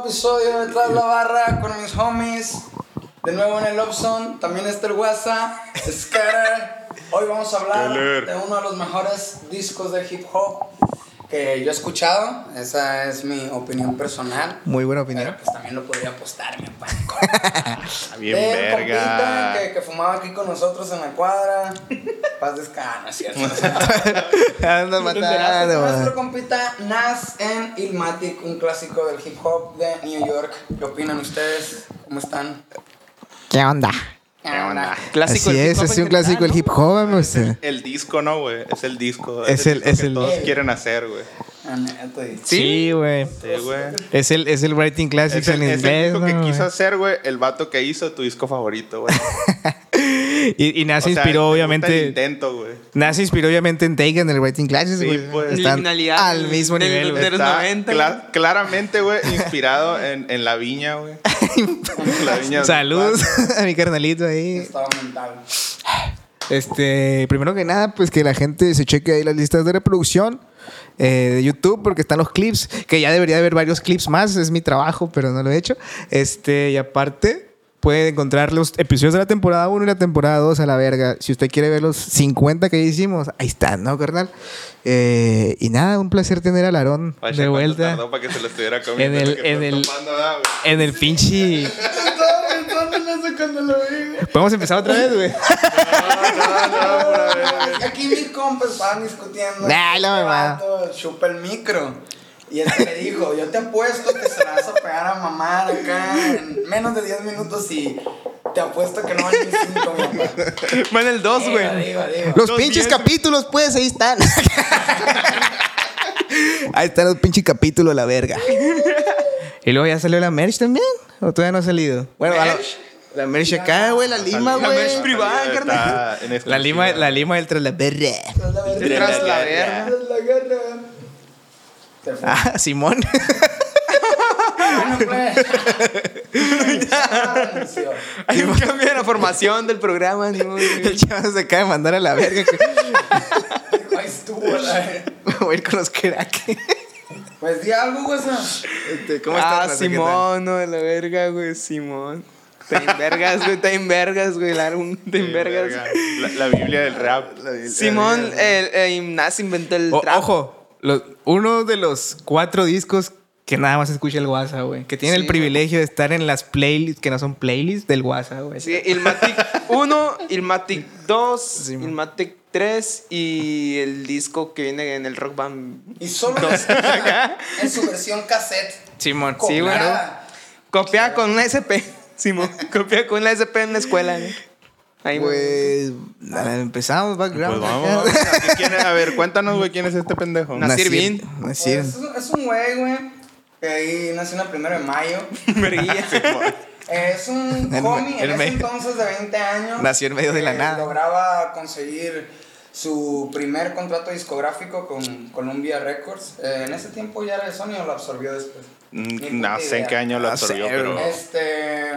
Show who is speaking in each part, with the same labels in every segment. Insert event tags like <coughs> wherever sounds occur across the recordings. Speaker 1: episodio de Tras la Barra con mis homies. De nuevo en el Opson, también está el WhatsApp, Scatter. Hoy vamos a hablar
Speaker 2: Scatter.
Speaker 1: de uno de los mejores discos de hip hop que yo he escuchado. Esa es mi opinión personal.
Speaker 3: Muy buena
Speaker 1: Pero
Speaker 3: opinión.
Speaker 1: pues también lo podría apostar, mi pan.
Speaker 2: Está <laughs> bien
Speaker 1: Del
Speaker 2: verga.
Speaker 1: compita Que, que fumaba aquí con nosotros en la cuadra. Paz descanso, es cierto.
Speaker 2: <laughs>
Speaker 3: Anda matando.
Speaker 1: Nuestro
Speaker 3: man.
Speaker 1: compita Nas en Ilmatic, un clásico del hip hop de New York. ¿Qué opinan ustedes? ¿Cómo están?
Speaker 3: ¿Qué onda?
Speaker 2: ¿Qué onda?
Speaker 3: <laughs>
Speaker 4: Clásico
Speaker 3: Así
Speaker 4: del
Speaker 3: es,
Speaker 4: hip hop
Speaker 3: es
Speaker 4: en
Speaker 3: un clásico
Speaker 4: general,
Speaker 3: del hip hop, man, pues, eh.
Speaker 2: El disco, ¿no, güey? Es el disco.
Speaker 3: Es el-
Speaker 2: disco
Speaker 3: es
Speaker 2: que
Speaker 3: el-
Speaker 2: todos quieren hacer, güey.
Speaker 1: La Ah, neta, y-
Speaker 3: Sí, güey.
Speaker 1: Pues,
Speaker 2: Sí, güey.
Speaker 3: Es el, es el Writing Classics
Speaker 2: Es el,
Speaker 3: en
Speaker 2: es el
Speaker 3: inglés.
Speaker 2: disco que
Speaker 3: ¿no,
Speaker 2: quiso
Speaker 3: güey?
Speaker 2: hacer, güey. El vato que hizo tu disco favorito,
Speaker 3: <laughs>
Speaker 2: güey.
Speaker 3: Y, y Nas
Speaker 2: O sea,
Speaker 3: inspiró,
Speaker 2: me gusta El
Speaker 3: obviamente.
Speaker 2: intento, güey.
Speaker 3: Nas inspiró, obviamente, en Taken, el Writing Classics,
Speaker 2: Sí,
Speaker 3: güey.
Speaker 2: pues.
Speaker 3: Están
Speaker 4: Originalidad
Speaker 3: al
Speaker 4: del-
Speaker 3: mismo
Speaker 4: del-
Speaker 3: nivel, Pues güey.
Speaker 4: del- Pero
Speaker 2: Está
Speaker 4: 90,
Speaker 2: cla-
Speaker 4: güey.
Speaker 2: claramente, güey, inspirado en, en la viña,
Speaker 3: <laughs>
Speaker 2: güey. La viña del
Speaker 3: Saludos
Speaker 2: vato.
Speaker 3: <laughs> a mi carnalito ahí.
Speaker 1: Estado mental.
Speaker 3: Este, primero que nada, pues que la gente se cheque ahí las listas de reproducción eh, de YouTube, porque están los clips, que ya debería haber varios clips más, es mi trabajo, pero no lo he hecho. Este, y aparte, pueden encontrar los episodios de la temporada 1 y la temporada 2 a la verga. Si usted quiere ver los 50 que hicimos, ahí están, ¿no, carnal? Eh, y nada, un placer tener a Larón
Speaker 2: Vaya,
Speaker 3: de
Speaker 2: cuánto
Speaker 3: vuelta
Speaker 2: tardó para que se lo estuviera comiendo.
Speaker 3: el-
Speaker 2: lo que
Speaker 3: en
Speaker 2: estás
Speaker 3: el-
Speaker 2: tomando, ¿verdad, güey?
Speaker 3: en
Speaker 1: <laughs>
Speaker 3: el pinche.
Speaker 1: Estaba pensando en eso cuando lo vi.
Speaker 3: Podemos empezar otra vez, güey.
Speaker 1: Aquí mis compas estaban discutiendo.
Speaker 3: Nah, la mamada.
Speaker 1: Vato, Chupa el micro. Y él le dijo, yo te apuesto que se la vas a pegar a mamar acá en menos de 10 minutos y te apuesto que no van ni 5 minutos.
Speaker 4: Va en el 2,
Speaker 1: Digo,
Speaker 4: güey.
Speaker 1: digo, digo.
Speaker 3: Los
Speaker 4: Los
Speaker 3: pinches
Speaker 4: diez-
Speaker 3: capítulos, pues, ahí
Speaker 4: <laughs>
Speaker 3: están. ahí están los pinches capítulos, la verga. y luego ya salió la merch también. ¿O todavía no ha salido? Bueno, a lo- la merch acá, güey, la lima,
Speaker 2: Salió-
Speaker 3: güey.
Speaker 4: merch
Speaker 2: salió-
Speaker 4: privada,
Speaker 2: está
Speaker 4: carnal.
Speaker 2: en
Speaker 3: La
Speaker 2: exclusiva.
Speaker 3: lima, la lima del tras la verga.
Speaker 1: Tras la verga.
Speaker 2: Tras la verga.
Speaker 1: Tras la guerra. Te fue.
Speaker 3: Ah, Simón.
Speaker 1: Bueno, pues. Renunció.
Speaker 4: <laughs> Hay un cambio en la formación del
Speaker 3: <laughs>
Speaker 4: programa. ¿no,
Speaker 3: El
Speaker 4: güey?
Speaker 3: chaval se acaba de mandar a la verga. que <laughs>
Speaker 1: Dijo, Ahí estuvo la
Speaker 3: Me voy a ir con los crack.
Speaker 1: Pues di algo, güey.
Speaker 3: Este, raza?
Speaker 4: ah,
Speaker 3: ¿Qué tal?
Speaker 4: Simón, no, de la verga, güey, Simón. Está en vergas, güey, está en vergas, güey, largo, está en
Speaker 2: Sí,
Speaker 4: vergas.
Speaker 2: verga. La, la Biblia del rap.
Speaker 4: Simón,
Speaker 3: eh,
Speaker 4: el, el Nas inventó el
Speaker 3: O-
Speaker 4: trap.
Speaker 3: ojo, los- uno de los cuatro discos que nada más escucha el WhatsApp, güey. Que tiene
Speaker 4: Sí,
Speaker 3: el
Speaker 4: güey.
Speaker 3: privilegio de estar en las playlists, que no son playlists del WhatsApp, güey.
Speaker 4: Sí, Ilmatic 1, Ilmatic 2,
Speaker 3: Simón.
Speaker 4: Ilmatic 3 y el disco que viene en el Rock Band.
Speaker 1: Y solo en su versión cassette.
Speaker 3: Simón,
Speaker 4: Sí, güey.
Speaker 1: Copiada.
Speaker 4: Copia con una SP, Simón. Copia con una SP en la escuela, güey. Ahí, güey.
Speaker 3: Pues nada, empezamos
Speaker 2: Pues
Speaker 3: background.
Speaker 2: vamos.
Speaker 4: <laughs>
Speaker 2: güey. ¿Qué quién es? A ver, cuéntanos, güey, quién es este pendejo.
Speaker 4: Nah. Nasir Bin.
Speaker 3: Nasir.
Speaker 1: Pues, Es, un- es un güey, güey, que ahí nació en el primero de
Speaker 3: <laughs>
Speaker 1: mayo.
Speaker 4: Verguilla.
Speaker 1: Es un
Speaker 3: El me-
Speaker 1: homie en
Speaker 3: el
Speaker 1: ese
Speaker 3: me-
Speaker 1: entonces de 20 años.
Speaker 3: Nació en medio de la
Speaker 1: que
Speaker 3: nada.
Speaker 1: Lograba conseguir su primer contrato discográfico con Columbia Records. Eh, en ese tiempo ya era de Sony o lo absorbió después. Ni puta
Speaker 2: <laughs> Mm, No sé en
Speaker 1: idea.
Speaker 2: qué año lo
Speaker 3: No sé,
Speaker 2: absorbió,
Speaker 3: güey.
Speaker 2: <laughs> pero.
Speaker 1: Este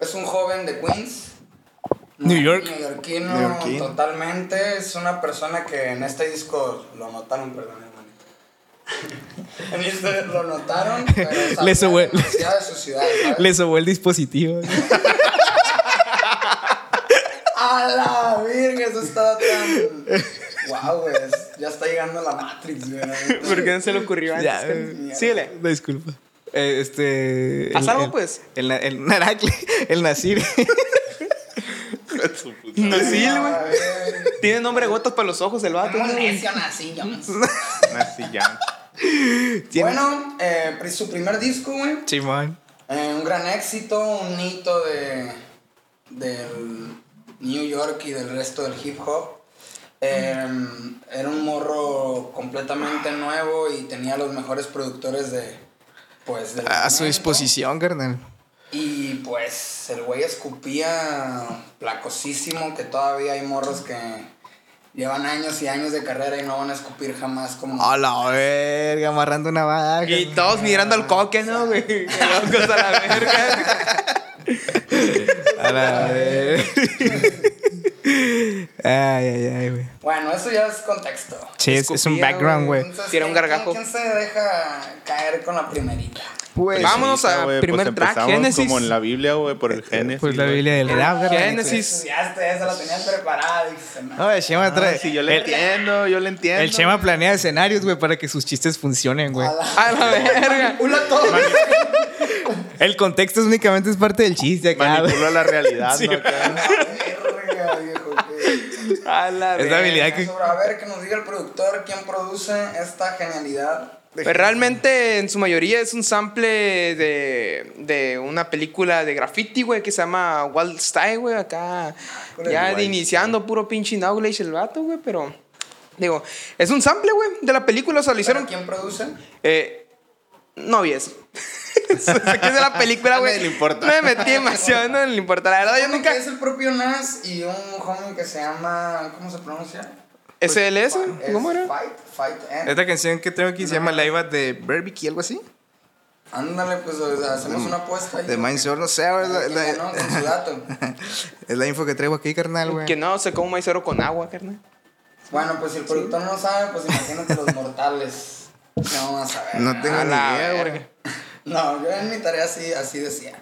Speaker 1: es un joven de Queens.
Speaker 3: New York.
Speaker 1: Neoyorquino,
Speaker 3: Neoyorquino.
Speaker 1: totalmente. Es una persona que en este disco lo notaron, perdón, hermanito. <laughs> en este lo notaron, pero
Speaker 3: <laughs>
Speaker 1: sabía
Speaker 3: Le sube-
Speaker 1: demasiado de su ciudad. ¿sabes?
Speaker 3: Le sobó el
Speaker 4: <laughs>
Speaker 3: dispositivo.
Speaker 1: A la virgen, eso está tan. Wow, güey. es- Ya está llegando la Matrix,
Speaker 3: <laughs>
Speaker 1: güey.
Speaker 4: ¿Por qué no se le ocurrió antes?
Speaker 3: ya,
Speaker 1: mierda.
Speaker 4: Síguele.
Speaker 3: no, disculpa. Eh, este.
Speaker 4: Haz
Speaker 3: el-
Speaker 4: algo,
Speaker 3: el-
Speaker 4: pues.
Speaker 3: El, na- el Naracle, <laughs> el Nasir.
Speaker 2: Su puta
Speaker 4: No, sí,
Speaker 1: A
Speaker 4: güey.
Speaker 1: la virgen.
Speaker 4: Tiene nombre de gotas para los ojos
Speaker 3: Ah,
Speaker 4: el vato.
Speaker 1: Un
Speaker 4: güey.
Speaker 1: necio nací, Jones.
Speaker 2: Nasty Young.
Speaker 3: <laughs> Tiene-
Speaker 1: Bueno, eh, pri- su primer disco, güey.
Speaker 3: Simón.
Speaker 1: Eh, un gran éxito, un hito de del New York y del resto del hip hop. Eh, era un morro completamente nuevo y tenía los mejores productores de pues del
Speaker 3: A su
Speaker 1: momento.
Speaker 3: disposición, carnal.
Speaker 1: Y pues el güey escupía placosísimo que todavía hay morros que llevan años y años de carrera y no van a escupir jamás como
Speaker 3: A la verga, amarrando una vaga.
Speaker 4: Y todos mirando
Speaker 3: <laughs>
Speaker 4: al coque, ¿no, güey? Qué Locos a la verga.
Speaker 3: A la verga. ay, ay, ay, güey.
Speaker 1: Bueno, eso ya es contexto.
Speaker 3: Sí, es, es un background, güey.
Speaker 1: Entonces,
Speaker 4: Tira un
Speaker 1: ¿quién-
Speaker 4: gargajo.
Speaker 1: ¿quién, quién se deja caer con la primerita?
Speaker 4: Pues, vámonos
Speaker 2: Primita,
Speaker 4: a
Speaker 2: güey,
Speaker 4: primer
Speaker 2: pues
Speaker 4: track,
Speaker 2: empezamos
Speaker 4: Génesis.
Speaker 2: Como en la Biblia, güey, por el Génesis.
Speaker 3: Pues la
Speaker 2: güey.
Speaker 3: Biblia del rap, carnal.
Speaker 4: Génesis.
Speaker 1: Estudiaste esa, la tenías preparada. dices, "No".
Speaker 3: No, el Chema trae.
Speaker 2: Ah, sí, yo le
Speaker 3: el,
Speaker 2: entiendo, yo le entiendo.
Speaker 3: el Chema planea escenarios, güey, para que sus chistes funcionen, güey.
Speaker 1: A la-
Speaker 4: A la verga.
Speaker 2: <laughs>
Speaker 1: Uno a todos.
Speaker 3: El contexto es únicamente es parte del chiste acá, güey.
Speaker 2: manipula la realidad, ¿no? Acá.
Speaker 1: Verga, viejo, qué-
Speaker 4: A <laughs> la
Speaker 3: Es la habilidad que.
Speaker 1: Sobre, a ver, que nos diga el productor quién produce esta genialidad.
Speaker 4: Pues realmente en su mayoría es un sample de, de una película de graffiti, güey, que se llama Wild Style, güey, acá
Speaker 1: Puro
Speaker 4: ya
Speaker 2: Wild
Speaker 4: de iniciando puro pinche knowledge el vato, güey, pero digo, es un sample, güey, de la película, o sea, lo
Speaker 1: ¿Pero
Speaker 4: hicieron...
Speaker 1: quién produce?
Speaker 4: Eh, no vi <laughs> eso. Sé que es de la película,
Speaker 2: A nadie
Speaker 4: güey.
Speaker 2: le importa.
Speaker 4: No me metí demasiado, no le importa. La verdad, yo
Speaker 1: Uno
Speaker 4: nunca...
Speaker 1: que Es el propio Nas y un homie que se llama. ¿Cómo se pronuncia?
Speaker 4: ¿SLS?
Speaker 2: Pues,
Speaker 1: Es
Speaker 4: ¿Cómo era?
Speaker 1: Fight, Fight, eh.
Speaker 3: Esta canción que tengo aquí se llama Live at the Barbecue, algo así.
Speaker 1: Ándale, pues o sea, hacemos una apuesta.
Speaker 3: De Mindshore, no sé,
Speaker 1: No,
Speaker 3: ¿verdad?
Speaker 1: no,
Speaker 3: Es la,
Speaker 1: con
Speaker 3: <laughs>
Speaker 1: su dato.
Speaker 3: es la info que traigo aquí, carnal, güey.
Speaker 4: Que no, se come un maicero con agua, carnal.
Speaker 1: Bueno, pues si el productor no sabe, pues imagínate los mortales. No van a saber.
Speaker 3: No tengo
Speaker 4: A
Speaker 3: ni
Speaker 4: la
Speaker 3: idea,
Speaker 4: verga.
Speaker 3: güey.
Speaker 1: No, yo en mi tarea así, así decía.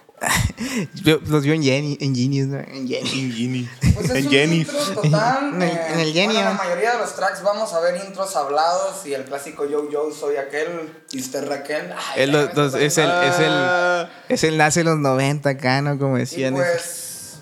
Speaker 3: Yo los vio en Jenny, en Genius, ¿no? En Jenny.
Speaker 2: En Jenny.
Speaker 1: Pues es
Speaker 2: en
Speaker 1: un
Speaker 2: Jenny.
Speaker 1: intro total.
Speaker 3: En el-
Speaker 1: eh,
Speaker 3: en el genio.
Speaker 1: bueno, la mayoría de los tracks vamos a ver intros hablados y el clásico yo, yo soy aquel y usted Raquel. Ay,
Speaker 3: Es,
Speaker 1: ya
Speaker 3: lo-
Speaker 1: ves,
Speaker 3: los-
Speaker 1: o sea,
Speaker 3: es el, es el,
Speaker 2: Ah.
Speaker 3: es el nace de los 90 acá, ¿no? Como
Speaker 1: Y
Speaker 3: decían.
Speaker 1: pues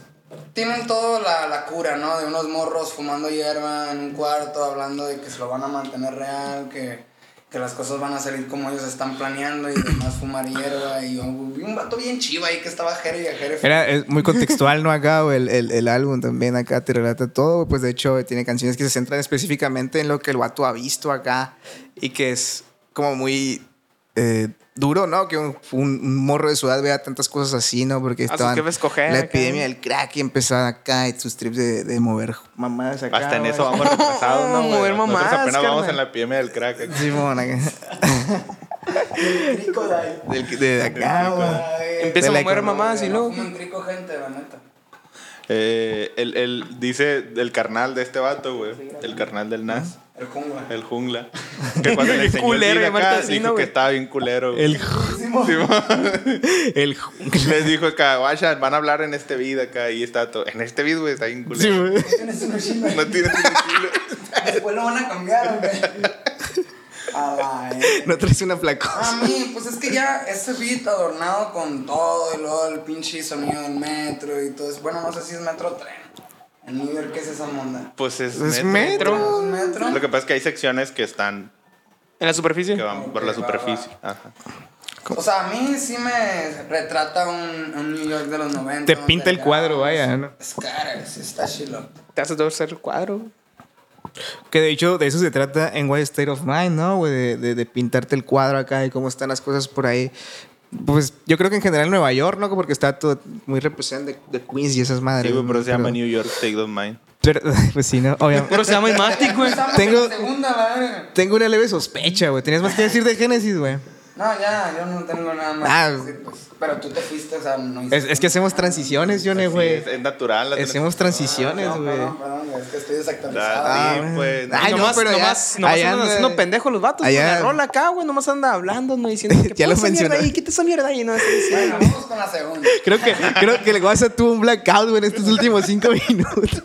Speaker 1: tienen todo la, la cura, ¿no? De unos morros fumando hierba en un cuarto, hablando de que se lo van a mantener real, que, que las cosas van a salir como ellos están planeando y demás fumar hierba. Y yo vi un vato bien chiva ahí que estaba Jere y a Jere.
Speaker 3: Era es muy contextual, ¿no? Acá güey, el, el, el álbum también acá te relata todo. Pues de hecho tiene canciones que se centran específicamente en lo que el vato ha visto acá y que es como muy eh, duro, ¿no? Que un, un- un morro de su edad vea tantas cosas así, ¿no? Porque
Speaker 4: sus
Speaker 3: estaban
Speaker 4: jefes coger
Speaker 3: la
Speaker 4: acá.
Speaker 3: epidemia del crack y empezaba acá y sus trips de, de mover mamadas acá.
Speaker 2: Hasta en
Speaker 3: güey.
Speaker 2: eso vamos retrasados, ¿no? güey?
Speaker 4: Mover
Speaker 2: Nosotros
Speaker 4: mamadas,
Speaker 2: apenas vamos
Speaker 4: carnal.
Speaker 2: en la epidemia del crack. acá.
Speaker 3: Simón, acá. Del- de acá, güey.
Speaker 4: Empieza
Speaker 3: De
Speaker 4: a
Speaker 3: la
Speaker 4: mover
Speaker 3: economía.
Speaker 4: mamás y luego...
Speaker 1: Un trico gente, la neta.
Speaker 2: Eh, el, el- dice el carnal de este vato, güey. El carnal del Nas.
Speaker 1: El jungla.
Speaker 2: El jungla. Que cuando le
Speaker 4: El
Speaker 2: enseñó el
Speaker 4: culero,
Speaker 2: beat
Speaker 4: llamarte
Speaker 2: acá,
Speaker 4: así,
Speaker 2: dijo
Speaker 4: ¿no,
Speaker 2: que
Speaker 4: güey?
Speaker 2: estaba bien culero. güey.
Speaker 3: El, el,
Speaker 2: Les dijo acá, vaya, van a hablar en este video acá. Y está todo. En este video, güey, está bien culero.
Speaker 3: <laughs> Sí, güey.
Speaker 1: Tienes una chinga.
Speaker 2: No tiene sentido.
Speaker 1: Después lo van a cambiar, güey. A la, eh.
Speaker 3: No traes una flacosa.
Speaker 1: A mí, pues es que ya ese beat adornado con todo y luego el pinche sonido del metro y todo eso. Bueno, no sé si es metro o tren. En New York, ¿qué es esa monda?
Speaker 2: Pues es,
Speaker 3: Es
Speaker 1: ¿Es
Speaker 3: metro.
Speaker 1: un metro?
Speaker 2: Lo que pasa es que hay secciones que están,
Speaker 4: ¿En la
Speaker 2: que
Speaker 4: superficie?
Speaker 2: van por la superficie. Ajá.
Speaker 1: O sea, a mí sí me retrata un, un New York de los 90.
Speaker 3: Te
Speaker 1: más
Speaker 3: pinta el
Speaker 1: delgado,
Speaker 3: cuadro, vaya, ¿no?
Speaker 1: Es cara, sí está chilo.
Speaker 4: Te hace torcer el cuadro.
Speaker 3: Que de hecho de eso se trata en White State of Mind, ¿no? güey? De, de- de pintarte el cuadro acá de cómo están las cosas por ahí. Pues yo creo que en general Nueva York, ¿no? Porque está todo muy representante de, de Queens y esas madres.
Speaker 2: Sí, güey, pero
Speaker 3: ¿no?
Speaker 2: se llama New York Take Those Mine.
Speaker 3: <laughs> pero- pues sí, ¿no? Obviamente.
Speaker 4: Pero se llama Imatic, güey.
Speaker 1: Estamos
Speaker 3: Tengo-
Speaker 1: en segunda, la verga.
Speaker 3: Tengo una leve sospecha, güey. ¿Tenías más que decir de Génesis, güey?
Speaker 1: No, ya, yo no tengo nada más.
Speaker 3: Ah.
Speaker 1: que decir, pues. Pero tú te fuiste, o sea, no
Speaker 3: Es, es que hacemos transiciones, Johnny,
Speaker 2: Así
Speaker 3: güey.
Speaker 2: es, es natural. La
Speaker 3: Hacemos transiciones,
Speaker 1: No,
Speaker 3: güey.
Speaker 1: perdón, perdón, es que estoy desactualizado.
Speaker 2: Ah,
Speaker 3: güey.
Speaker 2: sí, pues.
Speaker 3: Ay, no,
Speaker 4: nomás,
Speaker 3: pero ya-
Speaker 4: nomás, nomás
Speaker 3: allá
Speaker 4: andan
Speaker 3: anda-
Speaker 4: haciendo pendejos los vatos.
Speaker 3: allá-
Speaker 4: Allá... La rola acá, güey, nomás anda hablando, no diciendo <laughs> que
Speaker 3: Ya lo mencionó.
Speaker 4: Y quita esa mierda ahí, no así,
Speaker 1: Bueno,
Speaker 4: sí.
Speaker 1: vamos con la segunda.
Speaker 3: Creo que, creo que el WhatsApp tuvo un blackout, güey, en estos últimos cinco <laughs> minutos.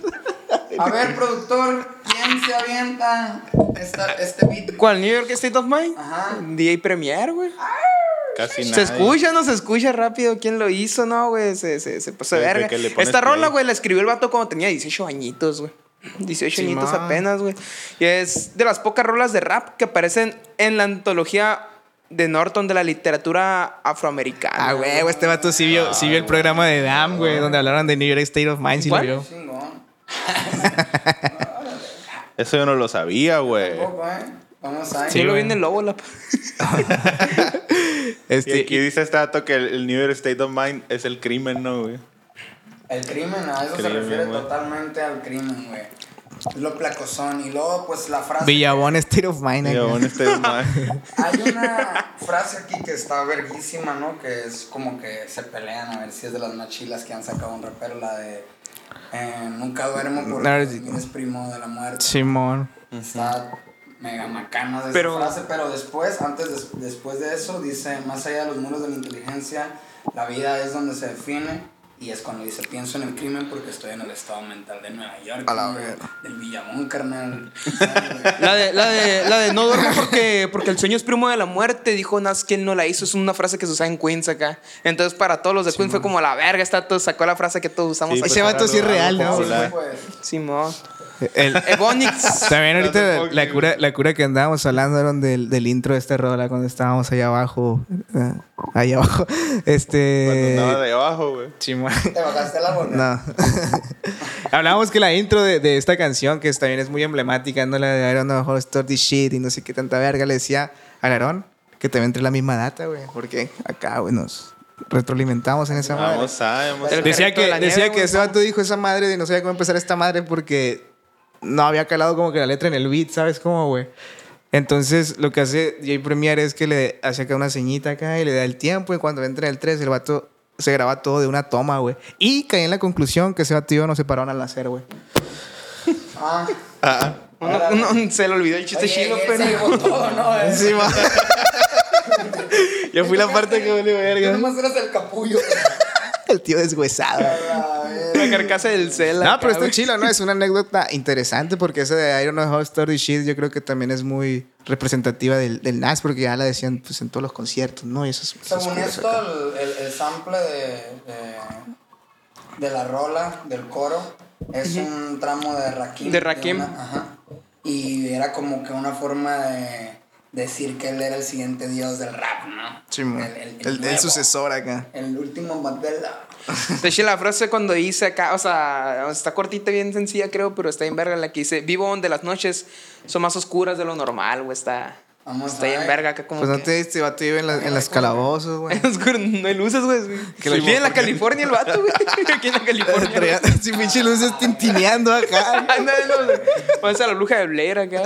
Speaker 1: A ver, productor, ¿quién se avienta esta- este beat?
Speaker 4: ¿Cuál? New York State of Mind.
Speaker 1: Ajá.
Speaker 4: DJ Premier, güey.
Speaker 2: Casi
Speaker 4: Se
Speaker 2: nadie.
Speaker 4: escucha, no se escucha rápido quién lo hizo, no, güey. Se, se, se pasó de
Speaker 2: Desde
Speaker 4: verga.
Speaker 2: que le pones
Speaker 4: Esta rola,
Speaker 2: play.
Speaker 4: güey, la escribió el vato cuando tenía 18 añitos, güey. 18
Speaker 3: Simón.
Speaker 4: añitos apenas, güey. Y es de las pocas rolas de rap que aparecen en la antología de Norton de la literatura afroamericana.
Speaker 3: Ah,
Speaker 4: güey.
Speaker 3: güey, este vato sí vio, sí vio el programa de Dam, güey, donde hablaron de New York State of Mind, sí lo
Speaker 4: ¿Cuál?
Speaker 3: vio.
Speaker 1: Chingón.
Speaker 2: Eso yo no lo sabía, güey.
Speaker 1: Poco, ¿eh? Vamos a
Speaker 4: Sí,
Speaker 3: Sí,
Speaker 4: lo
Speaker 3: güey.
Speaker 4: vi en el lobo, la.
Speaker 2: Y
Speaker 3: Este,
Speaker 2: aquí dice este dato que el, el New York State of Mind es el crimen, ¿no, güey?
Speaker 1: El crimen, a eso se
Speaker 2: Crimen,
Speaker 1: refiere
Speaker 2: güey.
Speaker 1: totalmente al crimen, güey. Lo placozón. Y luego, pues la frase.
Speaker 3: Villabón State of Mind.
Speaker 2: Y
Speaker 3: acá.
Speaker 2: aún State of Mind.
Speaker 1: Hay una frase aquí que está verguísima, ¿no? Que es como que se pelean a ver si es de las machilas que han sacado un rapero, la de. eh, nunca duermo porque
Speaker 3: A ver si-
Speaker 1: eres primo de la muerte.
Speaker 3: Simón.
Speaker 1: Está mega macanas de
Speaker 4: Pero-
Speaker 1: esa frase, pero después, antes de- después de eso, dice, más allá de los muros de la inteligencia, la vida es donde se define. Y es cuando dice, pienso en el crimen porque estoy en el estado mental de Nueva York.
Speaker 2: A la
Speaker 1: güey,
Speaker 2: verga.
Speaker 1: Del Villamón,
Speaker 2: <laughs>
Speaker 1: carnal.
Speaker 4: La de, la de, la de no duermo porque, porque el sueño es primo de la muerte, dijo Nas que él no la hizo. Es una frase que se usa en Queens acá. Entonces, para todos los de Queens fue como la verga, está todo, sacó la frase que todos usamos
Speaker 2: Sí,
Speaker 3: <laughs>
Speaker 4: aquí.
Speaker 3: Ese
Speaker 2: pues,
Speaker 3: vato sí es
Speaker 2: algo
Speaker 3: real, ¿no?
Speaker 2: popular.
Speaker 1: Pues,
Speaker 4: Simón.
Speaker 3: El-
Speaker 4: Ebonics.
Speaker 3: <laughs> También ahorita
Speaker 2: That's
Speaker 3: la
Speaker 2: fucking-
Speaker 3: cura, la cura que andábamos hablando eran del, del intro de esta rola cuando estábamos allá abajo. eh, allá abajo. <laughs>
Speaker 2: Cuando
Speaker 3: Este.
Speaker 2: andaba de abajo, güey.
Speaker 3: Chimón.
Speaker 1: te bajaste la bolsa.
Speaker 3: No. Hablábamos que la intro de, de esta canción, que es- también es muy emblemática, ¿no? La de I don't know how to store this shit y no sé qué tanta verga, le decía a Garón que también entre la misma data, güey. Porque acá, güey, nos retroalimentamos en esa madre.
Speaker 2: Vamos a, vamos a.
Speaker 4: Pues El
Speaker 3: Decía
Speaker 4: carrito
Speaker 3: que,
Speaker 4: de la nieve,
Speaker 3: decía que
Speaker 4: güey,
Speaker 3: ese vato dijo esa madre de no sabía cómo empezar esta madre porque no había calado como que la letra en el beat, ¿sabes cómo, güey? Entonces, lo que hace J Premier es que le hace acá una ceñita acá y le da el tiempo. Y cuando entra el 3, el vato se graba todo de una toma, güey. Y caí en la conclusión que ese vato y yo nos separaron al hacer,
Speaker 4: <laughs>
Speaker 3: güey.
Speaker 1: Ah,
Speaker 2: Ah,
Speaker 4: Uno- uno- se le olvidó el chiste
Speaker 1: oye,
Speaker 4: chilo,
Speaker 1: y él se
Speaker 4: pero. <laughs>
Speaker 1: llevó todo, ¿no?
Speaker 3: <laughs> Encima. yo fui la parte que <laughs> valió
Speaker 1: Tú
Speaker 3: verga.
Speaker 1: nomás eras el capullo.
Speaker 3: <laughs> El tío deshuesado.
Speaker 1: A ver.
Speaker 4: La carcasa del Cela.
Speaker 3: No,
Speaker 4: acá,
Speaker 3: pero está
Speaker 4: güey.
Speaker 3: chilo, ¿no? Es una anécdota interesante porque esa de I don't know how to story shit yo creo que también es muy representativa del, del NAS porque ya la decían pues, en todos los conciertos, ¿no? Y esas- esas
Speaker 1: Según
Speaker 3: cosas
Speaker 1: esto,
Speaker 3: acá.
Speaker 1: el, el- el sample de, de, de la rola, del coro, es un tramo de Rakim.
Speaker 4: De Rakim.
Speaker 1: una- ajá. Y era como que una forma de decir que él era el siguiente dios del rap, ¿no?
Speaker 3: Sí, mo.
Speaker 1: el, el- el
Speaker 3: El- el
Speaker 1: nuevo,
Speaker 3: sucesor acá.
Speaker 1: El último Mandela.
Speaker 4: De hecho, la frase cuando dice acá, o sea, está cortita, bien sencilla, creo, pero está en verga la que dice: Vivo donde las noches son más oscuras de lo normal, güey. Está,
Speaker 1: Vamos
Speaker 4: está
Speaker 1: a
Speaker 4: en
Speaker 1: ver.
Speaker 4: verga acá, como.
Speaker 3: Pues no
Speaker 4: que-
Speaker 3: te este vato vive en, la- en las calabozos, güey.
Speaker 4: <laughs> Es oscuro, no hay luces, güey.
Speaker 3: Que
Speaker 4: Que
Speaker 3: lo
Speaker 4: lo
Speaker 3: llevo
Speaker 4: en la
Speaker 3: porque-
Speaker 4: California el vato, <laughs> güey. Aquí en la
Speaker 3: <laughs>
Speaker 4: California.
Speaker 3: Traía
Speaker 4: <laughs>
Speaker 3: así pinche luces tintineando acá.
Speaker 4: Anda, no, güey. Parece a la bruja de Blair acá.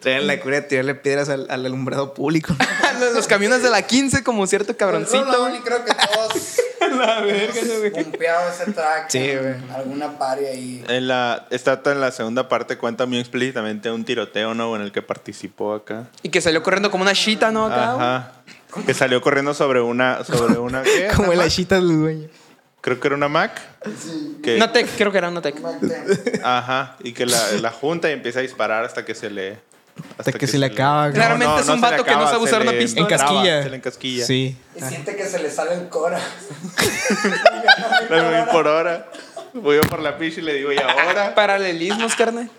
Speaker 3: Traían la cura de tirarle piedras al, al alumbrado público.
Speaker 4: <laughs>
Speaker 3: <laughs>
Speaker 4: Los, los camiones de la 15 como cierto cabroncito,
Speaker 1: Cabroncito.
Speaker 4: güey.
Speaker 1: Y creo que
Speaker 3: <laughs>
Speaker 1: todos
Speaker 4: La verga,
Speaker 1: hemos
Speaker 4: güey.
Speaker 1: pumpeado ese track.
Speaker 3: Sí,
Speaker 1: en
Speaker 3: güey.
Speaker 1: Alguna party ahí.
Speaker 2: En la, está en la segunda parte, cuenta muy explícitamente un tiroteo, ¿no? En el que participó acá.
Speaker 4: Y que salió corriendo como una chita, ¿no? Acá, güey.
Speaker 2: Ajá. Que salió corriendo sobre una. Sobre una ¿qué?
Speaker 3: <laughs> Como
Speaker 2: ¿Una
Speaker 3: el
Speaker 2: Mac?
Speaker 3: achita del dueño.
Speaker 2: Creo que era una Mac.
Speaker 1: Sí.
Speaker 2: Que,
Speaker 4: Una tech, creo que era una tech.
Speaker 2: Ajá. Y que la, la junta y empieza a disparar hasta que se le.
Speaker 3: Hasta que se le acaba,
Speaker 4: Claro. Claramente es
Speaker 2: se le
Speaker 4: un vato que no sabe
Speaker 2: se
Speaker 4: usar una
Speaker 2: le
Speaker 4: pistola.
Speaker 2: traba,
Speaker 3: Encasquilla.
Speaker 2: se le encasquilla.
Speaker 3: Sí.
Speaker 1: Y siente que se le sale el coro.
Speaker 2: Lo vi por hora. Voy yo por la picha y le digo, ¿y ahora?
Speaker 4: <laughs> Paralelismos, carne.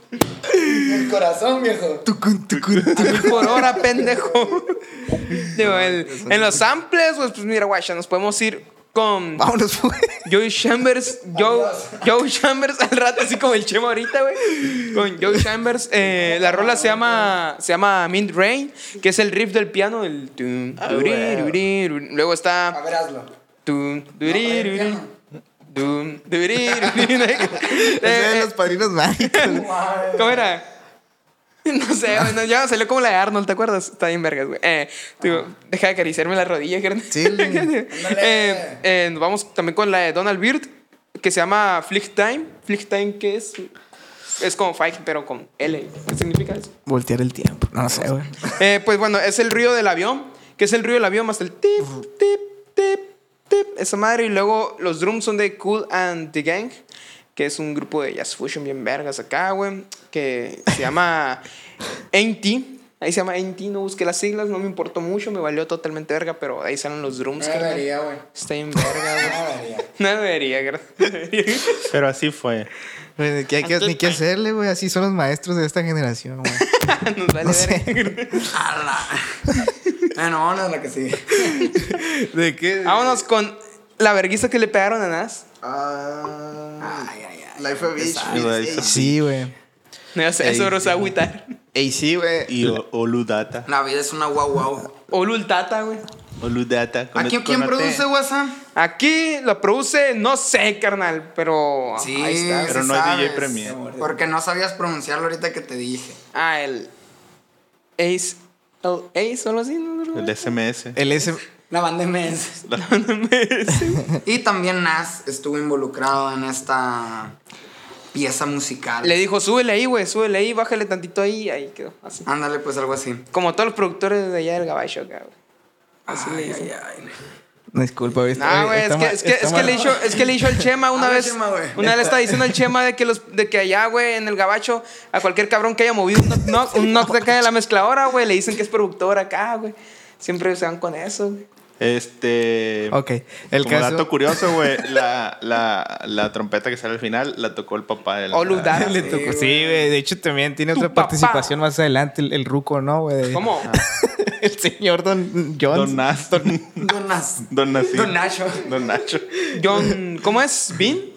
Speaker 1: El corazón, viejo.
Speaker 3: Tucun, tucun,
Speaker 4: A mil por hora, pendejo. <laughs> Digo, el- en los samples, pues, pues mira, guacha, nos podemos ir con
Speaker 3: Vámonos, pues. güey.
Speaker 4: Joey Chambers, Joe,
Speaker 1: Adiós.
Speaker 4: Joe Chambers al rato, así como el Chema ahorita, güey. Con Joe Chambers. eh, la rola se llama, se llama Mint Rain, que es el riff del piano. El tun, turi, turi, turi. Luego
Speaker 1: A
Speaker 4: está.
Speaker 1: ver, hazlo.
Speaker 4: tun, turi,
Speaker 1: No, el
Speaker 4: turi,
Speaker 1: piano.
Speaker 4: tun, turi, turi. Eh,
Speaker 3: Ese de
Speaker 4: eh,
Speaker 3: los padrinos mágicos.
Speaker 4: <laughs> ¿Cómo era? No sé, bueno, ya me salió como la de Arnold, ¿te acuerdas? Está bien vergas, güey. Eh, digo, deja de acariciarme la rodilla, carnal.
Speaker 3: Sí.
Speaker 4: <laughs> Eh, eh, nos vamos también con la de Donald Beard, que se llama Flick Time. Flick Time, ¿qué es? Es como Fight, pero con L. ¿Qué significa eso?
Speaker 3: Voltear el tiempo. No sé, güey.
Speaker 4: Eh, pues bueno, es el ruido del avión, que es el ruido del avión más el tip, tip, tip, tip, esa madre. Y luego los drums son de Cool and the Gang, que es un grupo de jazz fusion bien vergas acá, güey, que se llama <laughs> NT. Ahí se llama NT, no busqué las siglas, no me importó mucho, me valió totalmente verga, pero ahí salen los
Speaker 1: No
Speaker 4: drums. carnal.
Speaker 1: debería, güey.
Speaker 4: Está bien verga, güey.
Speaker 1: No debería.
Speaker 4: <laughs> No debería, carnal. No debería. <laughs>
Speaker 2: Pero así fue.
Speaker 3: Güey, ¿qué hay que- ni qué hacerle, güey. Así son los maestros de esta generación, <laughs> güey.
Speaker 4: Nos vale verga.
Speaker 1: Bueno, vamos a la que sigue.
Speaker 3: ¿De qué?
Speaker 4: <laughs> Vámonos con la verguisa que le pegaron a Nas.
Speaker 1: Ay, ay, ay.
Speaker 3: Life of Beach.
Speaker 2: Life of
Speaker 3: Sí, güey.
Speaker 4: No ya sé,
Speaker 2: Ey,
Speaker 4: eso bro, se va a
Speaker 2: sí.
Speaker 4: agüitar. <laughs>
Speaker 3: Ey, sí, güey.
Speaker 2: Y o- Oludata.
Speaker 1: La vida es una guau guau.
Speaker 4: O Lultata, güey.
Speaker 2: Oludata.
Speaker 1: ¿A
Speaker 2: con-
Speaker 1: quién, quién
Speaker 2: con una T.
Speaker 1: produce WhatsApp?
Speaker 4: Aquí lo produce, no sé, carnal, pero ahí está.
Speaker 2: Pero no es DJ Premier.
Speaker 1: Porque no sabías pronunciarlo ahorita que te dije.
Speaker 4: Ah, el Ace. El Ace o algo así, ¿no? bro?
Speaker 2: El SMS.
Speaker 3: El S.
Speaker 1: La banda MS. y también Nas estuvo involucrado en esta pieza musical.
Speaker 4: Le dijo, súbele ahí, güey, súbele ahí, bájale tantito ahí, y ahí quedó. Así.
Speaker 1: Ándale, pues algo así.
Speaker 4: Como todos los productores de allá del Gabacho, acá, güey. Así le
Speaker 1: Ay,
Speaker 4: dicen.
Speaker 1: ay, ay.
Speaker 3: Disculpa, güey.
Speaker 4: Nah, güey, es
Speaker 3: está
Speaker 4: que,
Speaker 3: mal-
Speaker 4: es que,
Speaker 3: está
Speaker 4: es que le
Speaker 3: mal.
Speaker 4: hizo, es que le hizo al Chema una
Speaker 1: A ver,
Speaker 4: vez.
Speaker 1: Chema, güey.
Speaker 4: una vez está diciendo al Chema de que los, de que allá, güey, en el gabacho, a cualquier cabrón que haya movido un knock, knock- un knock de acá de la mezcladora, güey, le dicen que es productor acá, güey. Siempre se van con eso, güey.
Speaker 2: Este.
Speaker 3: Ok, el
Speaker 2: como
Speaker 3: caso- Ah,
Speaker 2: dato curioso, güey, la, la, la trompeta que sale al final la tocó el papá de la.
Speaker 4: Olu Dara.
Speaker 3: Le
Speaker 1: Sí,
Speaker 3: tocó-
Speaker 1: güey.
Speaker 3: Sí, güey. De hecho, también tiene
Speaker 4: Tu
Speaker 3: otra
Speaker 4: papá.
Speaker 3: participación más adelante, el, el ruco, ¿no, güey?
Speaker 4: ¿Cómo?
Speaker 3: <laughs> Ah. el señor Don Jones.
Speaker 2: Don Nacho.
Speaker 1: Don, Nas-
Speaker 2: Don Nací.
Speaker 1: Don Nacho.
Speaker 2: Don Nacho.
Speaker 4: John, ¿cómo es? ¿Bin?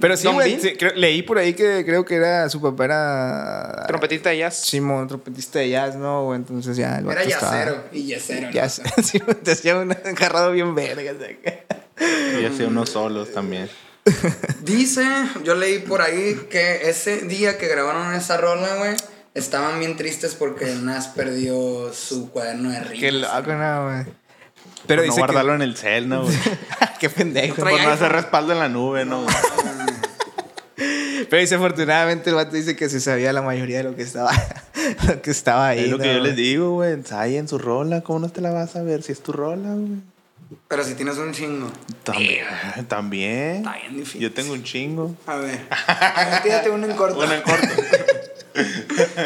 Speaker 3: Pero sí,
Speaker 4: Don
Speaker 3: güey.
Speaker 4: Bean.
Speaker 3: sí, creo- Leí por ahí que creo que era su papá era.
Speaker 4: Trompetista de jazz.
Speaker 3: Simón, trompetista de jazz, ¿no? güey? Entonces ya. el
Speaker 1: Era
Speaker 3: vato estaba-
Speaker 1: yacero. Y yacero. ¿no?
Speaker 3: Ya <laughs> sé, <laughs> sí, te hacía un <laughs> agarrado bien verga. o sea, que-
Speaker 2: Y hacía unos solos también.
Speaker 1: Dice, yo leí por ahí que ese día que grabaron esa rola, güey, estaban bien tristes porque Nas perdió su cuaderno de rimas.
Speaker 3: Qué loco, no, güey. Pero
Speaker 2: no
Speaker 3: dice
Speaker 2: guardarlo en el cel, ¿no? güey?
Speaker 3: que... <laughs> Qué pendejo.
Speaker 1: Trae
Speaker 2: Por no
Speaker 1: iPhone.
Speaker 2: hacer respaldo en la nube, ¿no? güey?
Speaker 3: Pero dice, afortunadamente, el vato dice que se sabía la mayoría de lo que estaba, <laughs> lo que estaba ahí.
Speaker 2: Es lo
Speaker 3: ¿no,
Speaker 2: que yo
Speaker 3: güey?
Speaker 2: les digo, güey. Ensayen su rola. ¿Cómo no te la vas a ver si es tu rola, güey?
Speaker 1: Pero si tienes un chingo.
Speaker 2: También. <laughs> También.
Speaker 1: Está bien difícil.
Speaker 2: Yo tengo un chingo.
Speaker 1: A ver. Tírate uno en corto.
Speaker 2: Bueno,
Speaker 1: <laughs>
Speaker 2: en corto.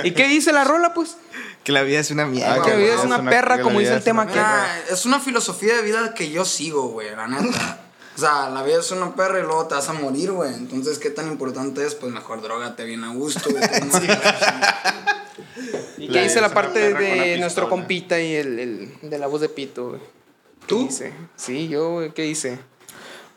Speaker 4: ¿Y qué dice la rola, pues?
Speaker 3: Que la vida es una mierda.
Speaker 2: Ah,
Speaker 4: que la
Speaker 3: güey.
Speaker 4: vida es una perra,
Speaker 2: que la
Speaker 4: como
Speaker 2: vida
Speaker 4: dice el
Speaker 2: es
Speaker 4: tema
Speaker 2: una
Speaker 4: que-
Speaker 2: perra.
Speaker 1: Mira, es una filosofía de vida que yo sigo, güey, la neta. O sea, la vida es una perra y luego te vas a morir, güey. Entonces, ¿qué tan importante es? Pues mejor drogate bien a gusto, güey. Tú no-
Speaker 4: ¿Y
Speaker 2: La
Speaker 4: qué dice
Speaker 2: de
Speaker 4: la
Speaker 2: esa
Speaker 4: parte
Speaker 2: perra con la
Speaker 4: de
Speaker 2: pistola.
Speaker 4: nuestro compita y el, el- de la voz de Pito, güey? ¿Qué
Speaker 1: ¿Tú?
Speaker 4: dice? Sí, yo, güey, ¿qué dice?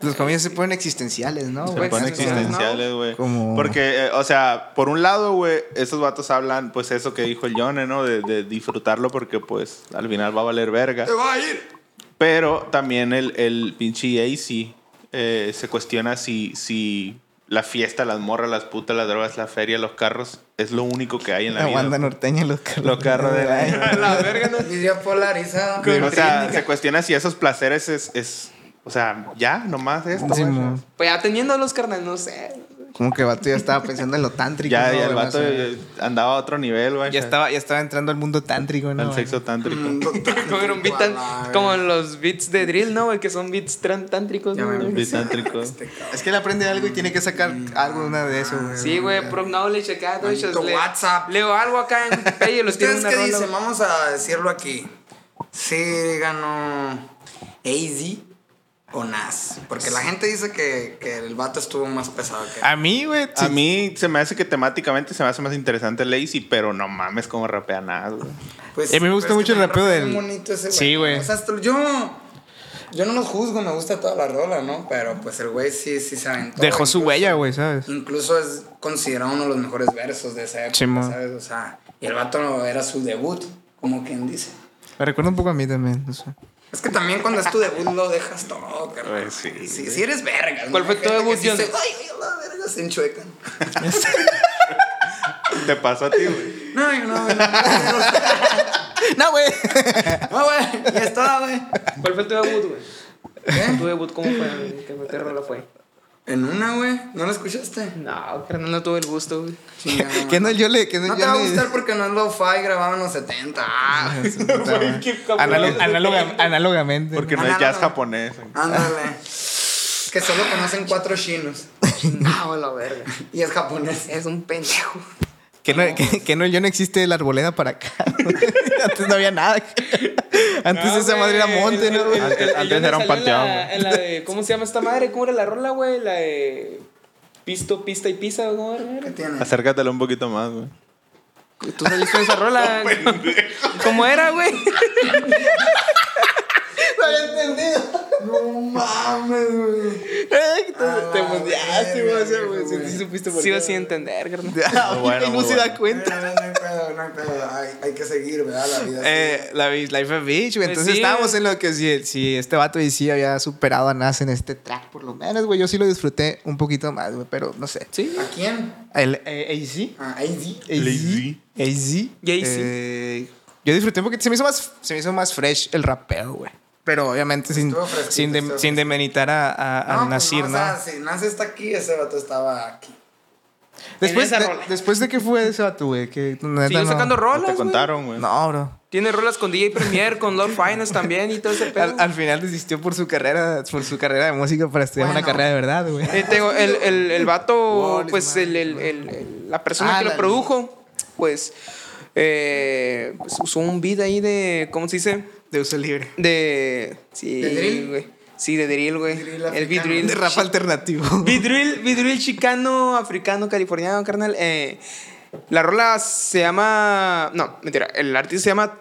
Speaker 3: Los comienzos se ponen existenciales, pues, ¿no?
Speaker 2: Se
Speaker 3: güey?
Speaker 2: ponen
Speaker 4: existenciales, ¿no?
Speaker 2: existenciales, güey.
Speaker 3: Como-
Speaker 2: Porque, eh, o sea, por un lado, güey, esos vatos hablan, pues, eso que dijo el Yone, ¿no? De, de disfrutarlo porque, pues, al final va a valer verga.
Speaker 1: ¡Te va a ir!
Speaker 2: Pero también el, el pinche AC eh, se cuestiona si, si la fiesta, las morras, las putas, las drogas, la feria, los carros es lo único que hay en la,
Speaker 3: La
Speaker 2: vida.
Speaker 3: banda norteña, los carros.
Speaker 2: Los carros de la-
Speaker 1: La verga no. Video polarizada.
Speaker 2: o sea, se cuestiona si esos placeres es, es o sea, ya, nomás esto.
Speaker 3: <laughs> Sí,
Speaker 2: güey.
Speaker 3: mo.
Speaker 4: Pues ya teniendo los carnal, no sé.
Speaker 3: como que el vato ya estaba pensando en lo tántrico.
Speaker 2: ya,
Speaker 3: ¿no,
Speaker 2: ya el
Speaker 3: güey?
Speaker 2: vato
Speaker 3: O sea,
Speaker 2: eh, andaba a otro nivel, güey.
Speaker 3: ya estaba, ya estaba entrando al mundo tántrico, ¿no? eh.
Speaker 2: Al sexo tántrico.
Speaker 4: Mm, <laughs>
Speaker 1: Mm.
Speaker 4: Como, era un beat tan- como los beats de drill, ¿no, güey? Que son beats tran- tántricos,
Speaker 1: Ya
Speaker 4: ¿no,
Speaker 1: me
Speaker 4: güey?
Speaker 1: lo
Speaker 2: Sí, tántrico.
Speaker 1: este
Speaker 3: Es que él aprende algo y tiene que sacar algo de una de eso, güey.
Speaker 4: Sí, güey, pro knowledge acá, todo
Speaker 1: Maldito
Speaker 4: eso, le-
Speaker 1: WhatsApp.
Speaker 4: Leo algo acá
Speaker 1: <laughs>
Speaker 4: en Wikipedia y los tiene en
Speaker 1: ¿Ustedes
Speaker 4: una
Speaker 1: qué
Speaker 4: rola,
Speaker 1: dicen?
Speaker 4: güey.
Speaker 1: Vamos a decirlo aquí. Sí ganó AZ o Nas. Porque la gente dice que, que el vato estuvo más pesado que
Speaker 3: A mí, güey.
Speaker 2: A
Speaker 3: sí.
Speaker 2: mí se me hace que temáticamente se me hace más interesante Lazy, pero no mames como rapea nada, güey.
Speaker 1: Pues,
Speaker 3: A mí me gusta
Speaker 1: pero es
Speaker 3: mucho
Speaker 1: que
Speaker 3: el rapeo
Speaker 1: también
Speaker 3: del-
Speaker 1: es bonito ese
Speaker 3: Sí, güey.
Speaker 1: O sea, hasta- yo, yo no lo juzgo, me gusta toda la rola, ¿no? Pero pues el güey sí, sí se aventó.
Speaker 3: Dejó
Speaker 1: Incluso-
Speaker 3: su huella, güey, ¿sabes?
Speaker 1: Incluso es considerado uno de los mejores versos de esa época,
Speaker 3: Simón.
Speaker 1: ¿sabes? O sea, y el vato era su debut, como quien dice.
Speaker 3: Me recuerda un poco a mí también. no sé.
Speaker 1: Es que también cuando es tu debut lo dejas todo, carnal.
Speaker 2: Pues sí,
Speaker 1: Si, si eres verga.
Speaker 4: ¿Cuál
Speaker 1: ¿no?
Speaker 4: fue
Speaker 1: Hay
Speaker 4: tu
Speaker 1: gente
Speaker 4: debut,
Speaker 1: que sí
Speaker 4: John?
Speaker 1: se- Ay, ay, la verga, se enchuecan.
Speaker 2: Te pasó a ti, güey.
Speaker 1: No, yo no, güey, no, no, no,
Speaker 3: <laughs> No, güey.
Speaker 1: no, güey, ya está, güey.
Speaker 4: ¿Cuál fue tu debut, güey?
Speaker 1: ¿Eh?
Speaker 4: ¿Tu debut cómo fue? güey? ¿Qué, qué rola fue?
Speaker 1: En una, güey, ¿no la escuchaste? <laughs>
Speaker 4: No, carnal, no tuve el gusto, güey.
Speaker 1: Chingada
Speaker 3: <laughs> Que no
Speaker 1: madre.
Speaker 3: yo le. Que no,
Speaker 1: No te
Speaker 3: yo
Speaker 1: va a
Speaker 3: le- <laughs>
Speaker 1: gustar porque no es lo-fi, grabado en los 70. Ah, <laughs>
Speaker 3: Análo- <laughs> análoga- Análogamente.
Speaker 2: Porque no
Speaker 1: No,
Speaker 2: es
Speaker 1: no,
Speaker 2: jazz
Speaker 1: no.
Speaker 2: japonés.
Speaker 1: ándale. Que solo conocen cuatro
Speaker 4: <laughs>
Speaker 1: chinos.
Speaker 4: No, Ah, la verga.
Speaker 1: Y es japonés.
Speaker 4: Es un pendejo.
Speaker 3: Que <laughs> no, que, que no, yo no existe la arboleda para acá. <laughs> Antes no había nada. <laughs> Antes
Speaker 1: Pues
Speaker 4: No,
Speaker 3: esa
Speaker 4: Ah, güey,
Speaker 3: madre era monte, <laughs>
Speaker 4: el-
Speaker 3: ¿no?
Speaker 4: el- el-
Speaker 2: Antes-
Speaker 4: el-
Speaker 2: antes
Speaker 4: yo me
Speaker 2: era un
Speaker 4: salí en la-
Speaker 2: panteón, güey.
Speaker 4: en la <laughs> de- ¿Cómo se llama esta madre? ¿Cómo era la rola, güey? La de. Pisto, pista y pisa, ¿cómo era?
Speaker 1: ¿Qué tiene?
Speaker 2: Acércatelo un poquito más, güey.
Speaker 4: ¿Tú saliste de esa <laughs> rola? ¿Cómo era, güey?
Speaker 3: No había entendido.
Speaker 1: No mames, güey.
Speaker 3: Te- Te
Speaker 1: Ah,
Speaker 3: mundeaste,
Speaker 1: güey,
Speaker 3: güey. o sea, güey,
Speaker 1: güey.
Speaker 3: Sí sí supiste por
Speaker 4: Sí,
Speaker 3: qué.
Speaker 4: vas a entender, carnal.
Speaker 3: <laughs> Ah,
Speaker 2: Muy bueno,
Speaker 3: y
Speaker 2: muy
Speaker 3: no se da
Speaker 2: bueno. Eh,
Speaker 3: cuenta.
Speaker 1: No hay pedo, no hay pedo. Hay, hay que seguir, ¿verdad? La vida.
Speaker 3: Eh, la vi- Life of Beach, güey.
Speaker 4: Pues
Speaker 3: Entonces
Speaker 4: sí,
Speaker 3: estábamos
Speaker 4: güey.
Speaker 3: en lo que si, si este vato y sí había superado a Nas en este track, por lo menos, güey. Yo sí lo disfruté un poquito más, güey, pero no sé.
Speaker 4: Sí.
Speaker 1: ¿A quién?
Speaker 3: El eh, AC.
Speaker 1: A AD.
Speaker 2: Lazy.
Speaker 3: AZ.
Speaker 4: Jay-Z.
Speaker 3: Eh, yo disfruté porque se me hizo más, se me hizo más fresh el rapeo, güey. Pero obviamente sin,
Speaker 1: Estuvo fresquito,
Speaker 3: sin, de-
Speaker 1: estuvo
Speaker 3: sin demeritar a, a, a
Speaker 1: pues
Speaker 3: Nasir,
Speaker 1: no,
Speaker 3: ¿no?
Speaker 1: O sea, si Nasir está aquí, ese vato estaba aquí.
Speaker 3: Después,
Speaker 4: esa
Speaker 3: de,
Speaker 4: rola.
Speaker 3: después de que fue ese vato, güey. Que neta,
Speaker 4: Siguió
Speaker 3: no-
Speaker 4: sacando
Speaker 2: No
Speaker 4: rolas.
Speaker 2: te
Speaker 4: güey.
Speaker 2: contaron, güey.
Speaker 3: No, bro.
Speaker 4: Tiene rolas con DJ Premier, con Lord Finance también y todo ese pedo.
Speaker 3: Al, al final desistió por su carrera, por su carrera de música para estudiar
Speaker 1: Bueno.
Speaker 3: una carrera de verdad, güey.
Speaker 4: Eh, tengo el, el, el vato,
Speaker 3: Wallis,
Speaker 4: pues
Speaker 3: man.
Speaker 4: el, el- el- el- la persona
Speaker 1: Ah,
Speaker 4: que lo
Speaker 1: la-
Speaker 4: produjo, pues, eh, pues, usó un beat ahí <laughs> de, ¿cómo se dice?
Speaker 3: De uso libre.
Speaker 4: De... Sí,
Speaker 1: ¿De drill?
Speaker 4: güey. Sí, de drill, güey.
Speaker 1: Drill
Speaker 4: El beat
Speaker 1: africano.
Speaker 4: drill.
Speaker 3: De rap alternativo.
Speaker 4: Vidril, vidril chicano, africano, californiano, carnal. Eh, la rola se llama. No, mentira. El artista se llama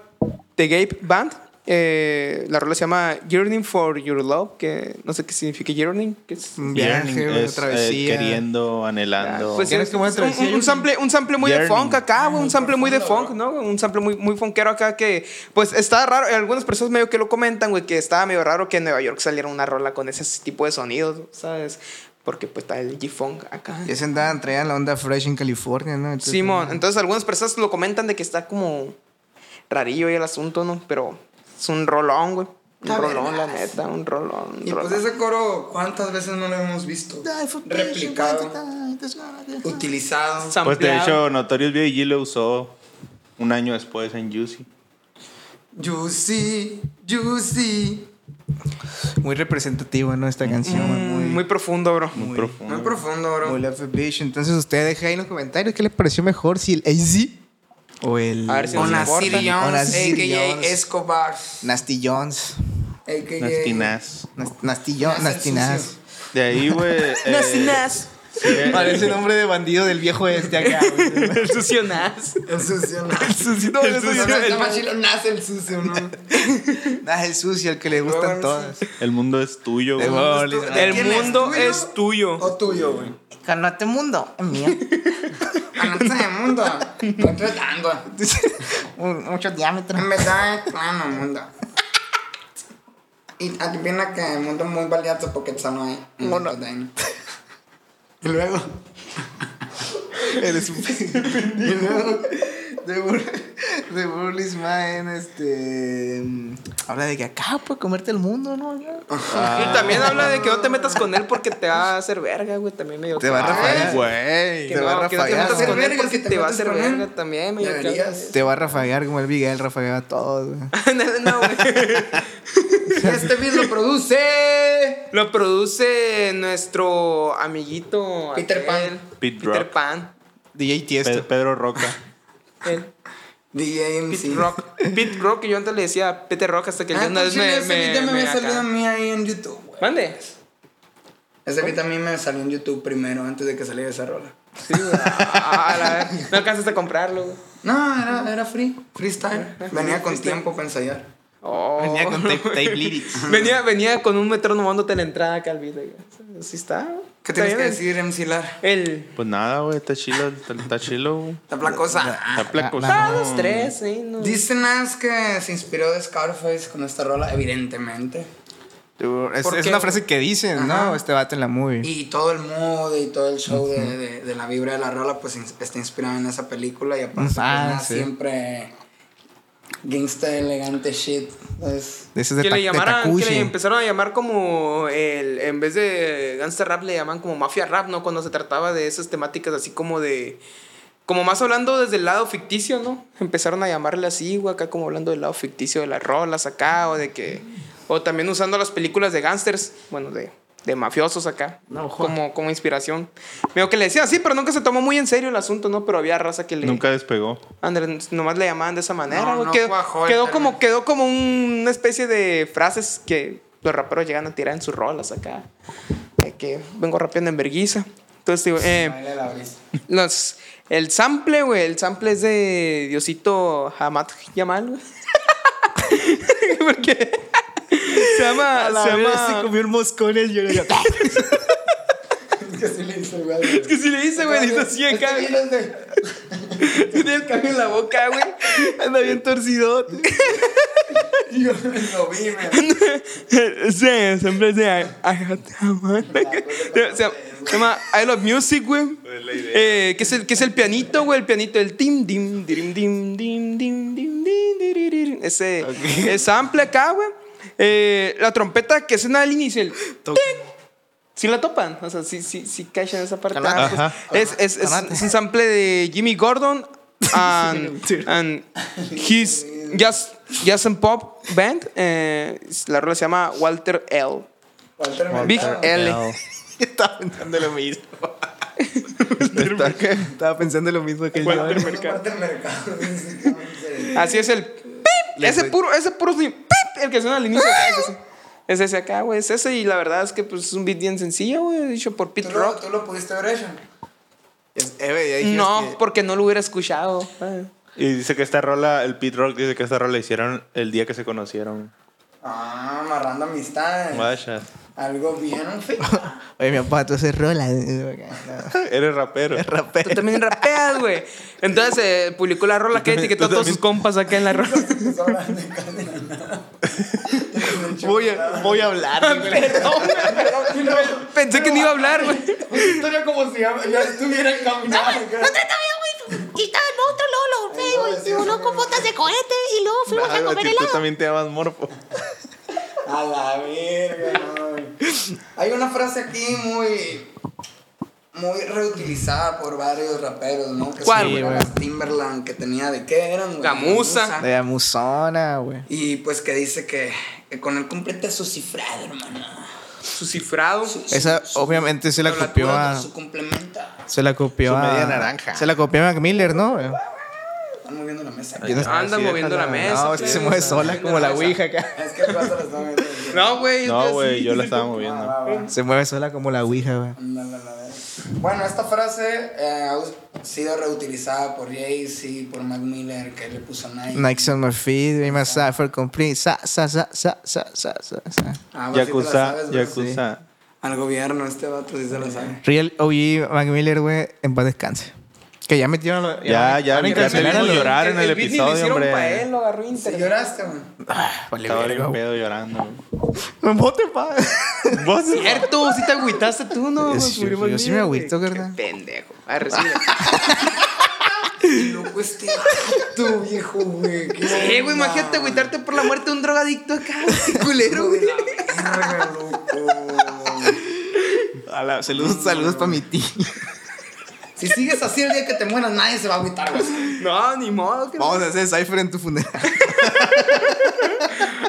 Speaker 4: The Gape Band. Eh, la rola se llama Yearning for Your Love, que no sé qué significa yearning. Que es,
Speaker 3: Un viaje,
Speaker 2: Yearning
Speaker 3: una
Speaker 2: es, eh,
Speaker 3: travesía.
Speaker 2: queriendo, anhelando.
Speaker 4: pues,
Speaker 3: ¿Quieres
Speaker 4: es-
Speaker 3: que mueva
Speaker 4: es
Speaker 3: otra vez?
Speaker 4: un, un- un sample, un sample muy de
Speaker 2: Yearning.
Speaker 4: funk acá, güey, un sample muy de
Speaker 1: profundo,
Speaker 4: funk, Ah, ¿no? Un sample muy, muy funkero acá que, pues está raro, algunas personas medio que lo comentan, güey, que estaba medio raro que en Nueva York saliera una rola con ese tipo de sonidos, ¿sabes? Porque pues está el G-Funk acá.
Speaker 3: Ya se andaban, traían la onda fresh en California, ¿no? Entonces,
Speaker 4: Simón, entonces algunas personas lo comentan de que está como rarillo ahí el asunto, ¿no? Pero es un rolón, güey. Un
Speaker 1: Está
Speaker 4: rolón, la
Speaker 1: vergas.
Speaker 4: neta, un rolón. un
Speaker 1: Y pues
Speaker 4: rolón.
Speaker 1: ese coro, ¿cuántas veces no lo hemos visto? Replicado, utilizado.
Speaker 2: Pues, de
Speaker 4: Sampleado.
Speaker 2: hecho, Notorious B.I.G. lo usó un año después en Juicy.
Speaker 1: Juicy, juicy.
Speaker 3: Muy representativa, ¿no? Esta canción, güey,
Speaker 4: Mm, muy profundo, bro.
Speaker 2: Muy,
Speaker 1: Muy
Speaker 2: profundo.
Speaker 1: profundo, bro.
Speaker 3: Muy Love and Beach. Entonces, ustedes dejen ahí en los comentarios qué les pareció mejor, si el AZ o el.
Speaker 4: A ver si
Speaker 3: o
Speaker 4: nos
Speaker 3: Nas-
Speaker 1: Onasiri
Speaker 4: importa.
Speaker 1: Jones,
Speaker 3: Onasiri
Speaker 1: a.k.a.
Speaker 3: Jones.
Speaker 1: Escobar,
Speaker 3: Nasty Jones.
Speaker 1: a.k.a.
Speaker 2: Nasty Nas.
Speaker 3: Nas- Nasty Jones.
Speaker 1: Nas
Speaker 3: Nasty
Speaker 1: el
Speaker 3: Nas.
Speaker 1: sucio.
Speaker 2: De
Speaker 3: <laughs>
Speaker 2: ahí, güey. eh, sí, eh,
Speaker 3: Parece nombre de bandido del viejo este acá. güey.
Speaker 4: <laughs> El sucio Nas.
Speaker 1: <laughs> El <laughs> sucio, ¿no?
Speaker 4: sucio, no, el
Speaker 1: No,
Speaker 4: sucio.
Speaker 1: no, está
Speaker 4: el-
Speaker 1: más chilo, Nas el sucio, ¿no?
Speaker 3: Ah, el sucio, el que le gustan
Speaker 1: Luego,
Speaker 3: todas.
Speaker 2: El mundo es tuyo,
Speaker 3: El
Speaker 2: güey.
Speaker 3: mundo es tuyo.
Speaker 1: ¿De
Speaker 4: El
Speaker 1: quién es?
Speaker 4: mundo
Speaker 1: ¿Tuyo?
Speaker 4: es tuyo.
Speaker 1: O tuyo, güey.
Speaker 3: Ganate mundo.
Speaker 1: Anota de mundo. Estoy
Speaker 3: <laughs>
Speaker 1: tratando.
Speaker 3: Mucho diámetro.
Speaker 1: En verdad es plano, mundo. Y adivina que el mundo es muy valioso porque solo hay un mundo de él. Y luego.
Speaker 3: <laughs> Eres
Speaker 4: <laughs>
Speaker 3: un
Speaker 1: Y luego.
Speaker 3: The, Bur- The Burley's Man, este. mm, Habla de que acá puede comerte el mundo, ¿no? Ah.
Speaker 4: Y también habla de que no te metas con él porque te va a hacer verga, güey. También medio.
Speaker 3: Te va a
Speaker 4: que-
Speaker 3: rafagar.
Speaker 2: Ah, Güey.
Speaker 4: Que
Speaker 3: Te
Speaker 4: no,
Speaker 3: va a
Speaker 4: que no te
Speaker 3: rafagar.
Speaker 4: metas con él
Speaker 1: Verga,
Speaker 4: porque
Speaker 1: si te
Speaker 4: te va a
Speaker 1: metes
Speaker 4: hacer
Speaker 1: con él,
Speaker 4: verga también, medio. que-
Speaker 1: Deberías.
Speaker 3: Te va a rafagar como el Miguel rafagaba a todos, güey.
Speaker 4: No, güey.
Speaker 1: <laughs> Este video lo produce.
Speaker 4: Lo produce nuestro amiguito
Speaker 1: Peter
Speaker 4: aquel,
Speaker 1: Pan.
Speaker 2: Pete
Speaker 4: Peter
Speaker 2: Rock.
Speaker 4: Pan.
Speaker 3: DJ
Speaker 2: Pe-
Speaker 3: Tiesto.
Speaker 2: Pedro Roca.
Speaker 4: El
Speaker 1: DJ
Speaker 4: Pete
Speaker 1: MC.
Speaker 4: Rock. Pete Rock, que yo antes le decía Peter Rock hasta que el
Speaker 1: Ah,
Speaker 4: día una vez
Speaker 1: chile,
Speaker 4: me.
Speaker 1: ese
Speaker 4: me,
Speaker 1: beat ya me,
Speaker 4: me
Speaker 1: había
Speaker 4: acá.
Speaker 1: salido a mí ahí en YouTube, güey.
Speaker 4: Mande.
Speaker 1: Ese beat a mí me salió en YouTube primero, antes de que saliera esa rola.
Speaker 4: Sí, güey. Ah, la ver- No alcanzaste a comprarlo, güey.
Speaker 1: No, era, era free, freestyle. Venía con tiempo para ensayar.
Speaker 4: Oh.
Speaker 3: Venía <laughs> con tape, tape lyrics.
Speaker 4: Venía, venía con un metrónomo dándote la entrada acá al video. güey. Así está.
Speaker 1: ¿Qué
Speaker 4: Está
Speaker 1: tienes que
Speaker 4: bien.
Speaker 1: decir, MC Lar?
Speaker 4: El.
Speaker 2: Pues nada, güey. Está chilo, está, está chilo, güey.
Speaker 1: La placosa.
Speaker 2: Está placo.
Speaker 4: Ah, dos, tres, sí, no.
Speaker 1: Dice Nas que se inspiró de Scarface con esta rola, evidentemente.
Speaker 3: Tú- Es,
Speaker 4: ¿Por
Speaker 3: es
Speaker 4: qué,
Speaker 3: una
Speaker 4: güey?
Speaker 3: frase que dicen, ¿no? Este vato en la movie.
Speaker 1: Y todo el mood y todo el show de, de- de la vibra de la rola, pues ins- está inspirado en esa película. Y aparte, pues,
Speaker 3: Ah,
Speaker 1: Nas
Speaker 3: sí.
Speaker 1: siempre gangsta elegante shit. Es
Speaker 3: De esos de,
Speaker 4: Que
Speaker 3: ta-
Speaker 4: le
Speaker 3: de
Speaker 4: llamaran, que
Speaker 3: Takushi.
Speaker 4: le empezaron a llamar como el, en vez de gangster rap le llaman como mafia rap, ¿no? Cuando se trataba de esas temáticas así como de, como más hablando desde el lado ficticio, ¿no? Empezaron a llamarle así, güey, acá como hablando del lado ficticio de las rolas acá, o de que, o también usando las películas de gangsters, bueno, de, de mafiosos acá, como, como inspiración. Veo que le decía así, pero nunca se tomó muy en serio el asunto, ¿no? Pero había raza que le...
Speaker 2: Nunca despegó.
Speaker 4: Andrés, nomás le llamaban de esa manera.
Speaker 1: No,
Speaker 4: güey.
Speaker 1: no
Speaker 4: quedó,
Speaker 1: cuajó el
Speaker 4: quedó
Speaker 1: término.
Speaker 4: como, quedó como una especie de frases que los raperos llegan a tirar en sus rolas acá. De que vengo rapeando en verguiza. Entonces digo, eh,
Speaker 1: Baila la brisa. <laughs>
Speaker 4: los, el sample, güey, el sample es de Diosito Hamad Yamal, güey. <laughs> Porque se llama, se llama...
Speaker 3: comió un moscón el llorón.
Speaker 1: Es que sí le hizo el güey.
Speaker 4: Es que si le dice, güey, le hizo así
Speaker 1: Este
Speaker 4: acá.
Speaker 1: beat es de- <laughs>
Speaker 4: Tiene el cambio en la boca, güey.
Speaker 3: Anda bien torcido.
Speaker 1: Yo lo vi, me-
Speaker 4: <laughs> Sí, siempre es de I, I got that one. Se, se llama I Love Music, güey. Eh, que, es el, que es el pianito, güey. El pianito, el tim, dim, dirim, dim, dim, dim, dim, dim, diriririm. Ese ese sample acá, güey. Eh, la trompeta que suena al inicio, el Si la topan, o sea, si, si, si cachan esa parte.
Speaker 3: Calmate.
Speaker 4: Ah, pues,
Speaker 2: Ajá.
Speaker 4: es, es, es-
Speaker 3: Calmate.
Speaker 4: es un sample de Jimmy Gordon and,
Speaker 3: Sí.
Speaker 4: and his Just, just and Pop Band. Eh, la rola se llama Walter L.
Speaker 1: Walter
Speaker 4: Big
Speaker 1: Mercado.
Speaker 3: <laughs>
Speaker 4: L.
Speaker 3: Estaba pensando lo
Speaker 4: <laughs>
Speaker 3: mismo.
Speaker 2: Está-
Speaker 3: Estaba pensando lo mismo que yo. ¿eh?
Speaker 4: Walter Mercado.
Speaker 1: Walter Mercado. básicamente.
Speaker 4: Así es el pip.
Speaker 3: Le
Speaker 4: Ese
Speaker 3: doy-
Speaker 4: puro, ese puro sonido, pip, el que suena al inicio. Es ese, es ese acá, güey. Es ese y la verdad es que pues, es un beat bien sencillo, güey. Hecho por Pete
Speaker 1: ¿Tú lo,
Speaker 4: Rock.
Speaker 1: ¿Tú lo pudiste haber hecho?
Speaker 3: Es- eh, güey, ya dijiste
Speaker 4: No,
Speaker 3: que-
Speaker 4: porque no lo hubiera escuchado. güey.
Speaker 2: Y dice que esta rola, el Pete Rock dice que esta rola la hicieron el día que se conocieron.
Speaker 1: Ah, amarrando amistades.
Speaker 2: Vaya.
Speaker 1: Algo bien feo.
Speaker 3: Oye, mi papá, tú haces rola. No,
Speaker 2: Eres rapero.
Speaker 4: Tú también rapeas, güey. Entonces eh, publicó la rola que etiquetó a todos sus compas acá en la rola.
Speaker 3: voy, a, voy a hablar. güey.
Speaker 4: Pensé que no iba a hablar, güey.
Speaker 1: historia como si ya, ya estuviera encaminada.
Speaker 5: Y estaba el monstruo, luego lo golpeé, güey. Y uno con botas de cohete y luego fuimos a
Speaker 2: Algo
Speaker 5: comer
Speaker 2: así, tú
Speaker 5: helado.
Speaker 2: también te llamas Morfo.
Speaker 1: A la verga, no, güey. Hay una frase aquí muy. Muy reutilizada por varios raperos, ¿no? Que
Speaker 4: ¿Cuál,
Speaker 1: son
Speaker 4: güey?
Speaker 1: las Timberland que tenía de qué eran, güey.
Speaker 4: Gamuza.
Speaker 1: Gamuza.
Speaker 3: De musona, güey.
Speaker 1: Y pues que dice que, que con él completa su cifrado, hermano.
Speaker 4: Su cifrado.
Speaker 3: Esa obviamente se la copió
Speaker 1: Tablatura
Speaker 3: a.
Speaker 1: con Su complementa.
Speaker 3: Se la copió
Speaker 2: Su
Speaker 3: a.
Speaker 2: media naranja.
Speaker 3: Se la copió a Mac Miller, ¿no? güey?
Speaker 1: Están moviendo la mesa.
Speaker 3: Yo no-
Speaker 4: Anda
Speaker 2: Sí,
Speaker 4: moviendo la
Speaker 2: déjala.
Speaker 4: mesa.
Speaker 3: No, es que se
Speaker 4: plebe,
Speaker 3: mueve
Speaker 4: anda
Speaker 3: sola
Speaker 4: moviendo
Speaker 3: como la
Speaker 4: mesa.
Speaker 3: ouija acá.
Speaker 1: Es que el rato lo está moviendo.
Speaker 4: No, güey.
Speaker 2: No,
Speaker 4: entonces-
Speaker 2: güey, yo la estaba moviendo.
Speaker 1: Va, va, va.
Speaker 3: Se mueve sola como la ouija, güey.
Speaker 1: Ándale, la verga. Bueno, esta frase eh, ha sido reutilizada por Jay-Z, por Mac Miller, que le puso Nike.
Speaker 3: Nikes on my feet, we must suffer complete. Sa, sa, sa, sa, sa, sa, sa, sa.
Speaker 1: Ah, vos sí te la
Speaker 2: Yakuza,
Speaker 1: sabes, güey.
Speaker 2: Yakuza.
Speaker 1: Al gobierno, este vato sí se lo sabe.
Speaker 3: Real OG Mac Miller, güey, en paz descanse. Que ya metieron. lo-
Speaker 2: Ya, ya,
Speaker 3: van
Speaker 2: ya
Speaker 3: a encarcelar
Speaker 2: te
Speaker 3: a
Speaker 2: vimos
Speaker 3: los-
Speaker 2: llorar. en el
Speaker 4: beat ni
Speaker 2: episodio,
Speaker 4: Lo hicieron
Speaker 2: hombre.
Speaker 4: para él, lo agarró
Speaker 1: ¿Te
Speaker 4: internet.
Speaker 1: lloraste, güey?
Speaker 3: Vale,
Speaker 2: Estaba
Speaker 3: verga,
Speaker 2: bien
Speaker 3: güey.
Speaker 2: pedo llorando.
Speaker 3: Me bote, pa.
Speaker 2: ¿Vos?
Speaker 4: Cierto, si te agüitaste tú, no.
Speaker 3: Yo
Speaker 4: Pues,
Speaker 3: sí-
Speaker 4: hubiéramos
Speaker 3: yo sí
Speaker 4: ido,
Speaker 3: me
Speaker 4: güey.
Speaker 3: agüito,
Speaker 4: Qué
Speaker 3: carnal.
Speaker 4: Pendejo. Ah, recibe.
Speaker 1: Loco, este vato, viejo, güey. qué
Speaker 4: <laughs> Eh, güey,
Speaker 1: onda.
Speaker 4: imagínate agüitarte por la muerte de un drogadicto acá. güey, Culero, güey.
Speaker 1: Verga, loco.
Speaker 2: A la- se
Speaker 3: Saludos, saludos para mi tío.
Speaker 1: Si sigues así el día que te mueras, nadie se va a agüitar, güey.
Speaker 4: <laughs> No, ni modo. que-
Speaker 3: Vamos a hacer cipher en tu funeral.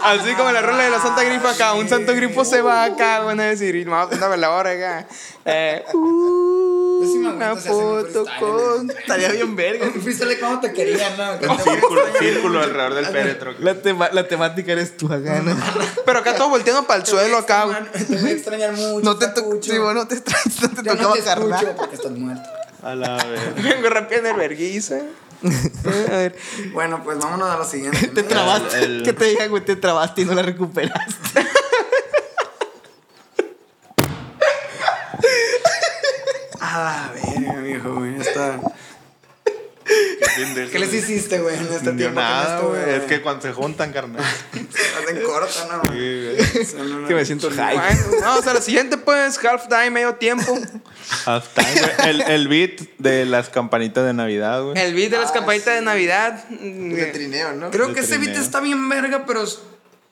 Speaker 4: Así como la rola de la Santa Grifa acá, un Santo Grifo se va acá, van a decir, y me va a poner la hora acá. Eh,
Speaker 1: Yo sí me agüito
Speaker 4: una
Speaker 1: si hacen un
Speaker 4: foto
Speaker 1: freestyle,
Speaker 4: con...
Speaker 3: Estaría bien verga.
Speaker 1: Freestyle como te querían, ¿no? Que te-
Speaker 2: <laughs> <laughs> Círculo, círculo alrededor del féretro.
Speaker 3: La, tema- la temática eres tú acá, ¿no?
Speaker 4: Pero acá todos volteando para el suelo
Speaker 1: este <laughs>
Speaker 4: acá, güey.
Speaker 1: Te voy a extrañar mucho.
Speaker 3: No te
Speaker 1: Facucho.
Speaker 3: tocaba, sí, bueno, no te, tra- no te
Speaker 1: Ya no
Speaker 3: tocaba
Speaker 1: te escucho
Speaker 3: carnal.
Speaker 1: porque estás muerto.
Speaker 2: A la vez.
Speaker 4: Vengo rapeando el verguiza. Eh, A ver,
Speaker 1: Bueno, pues vámonos a lo siguiente.
Speaker 3: <laughs> Te trabaste.
Speaker 2: El- el-
Speaker 3: ¿Qué te dije, güey? Te trabaste y no la recuperaste.
Speaker 1: A la Ah, verga, mijo, güey. Esta...
Speaker 2: ¿Qué <laughs>
Speaker 1: ¿Qué les hiciste, güey, en este
Speaker 2: Dio
Speaker 1: tiempo?
Speaker 2: nada,
Speaker 1: estuve,
Speaker 2: güey. Es que cuando se juntan, <laughs> carnal.
Speaker 1: Hacen corta, ¿no? güey? Son una-
Speaker 3: Que me siento high.
Speaker 4: bueno, vamos a la siguiente, pues. Half time, medio tiempo.
Speaker 2: Half time, güey. el, el beat de las campanitas de Navidad, güey.
Speaker 4: El beat de las
Speaker 1: Ah,
Speaker 4: campanitas de Navidad.
Speaker 3: De trineo, ¿no?
Speaker 1: Creo
Speaker 2: De
Speaker 1: que ese beat
Speaker 2: trineo.
Speaker 1: está bien verga, pero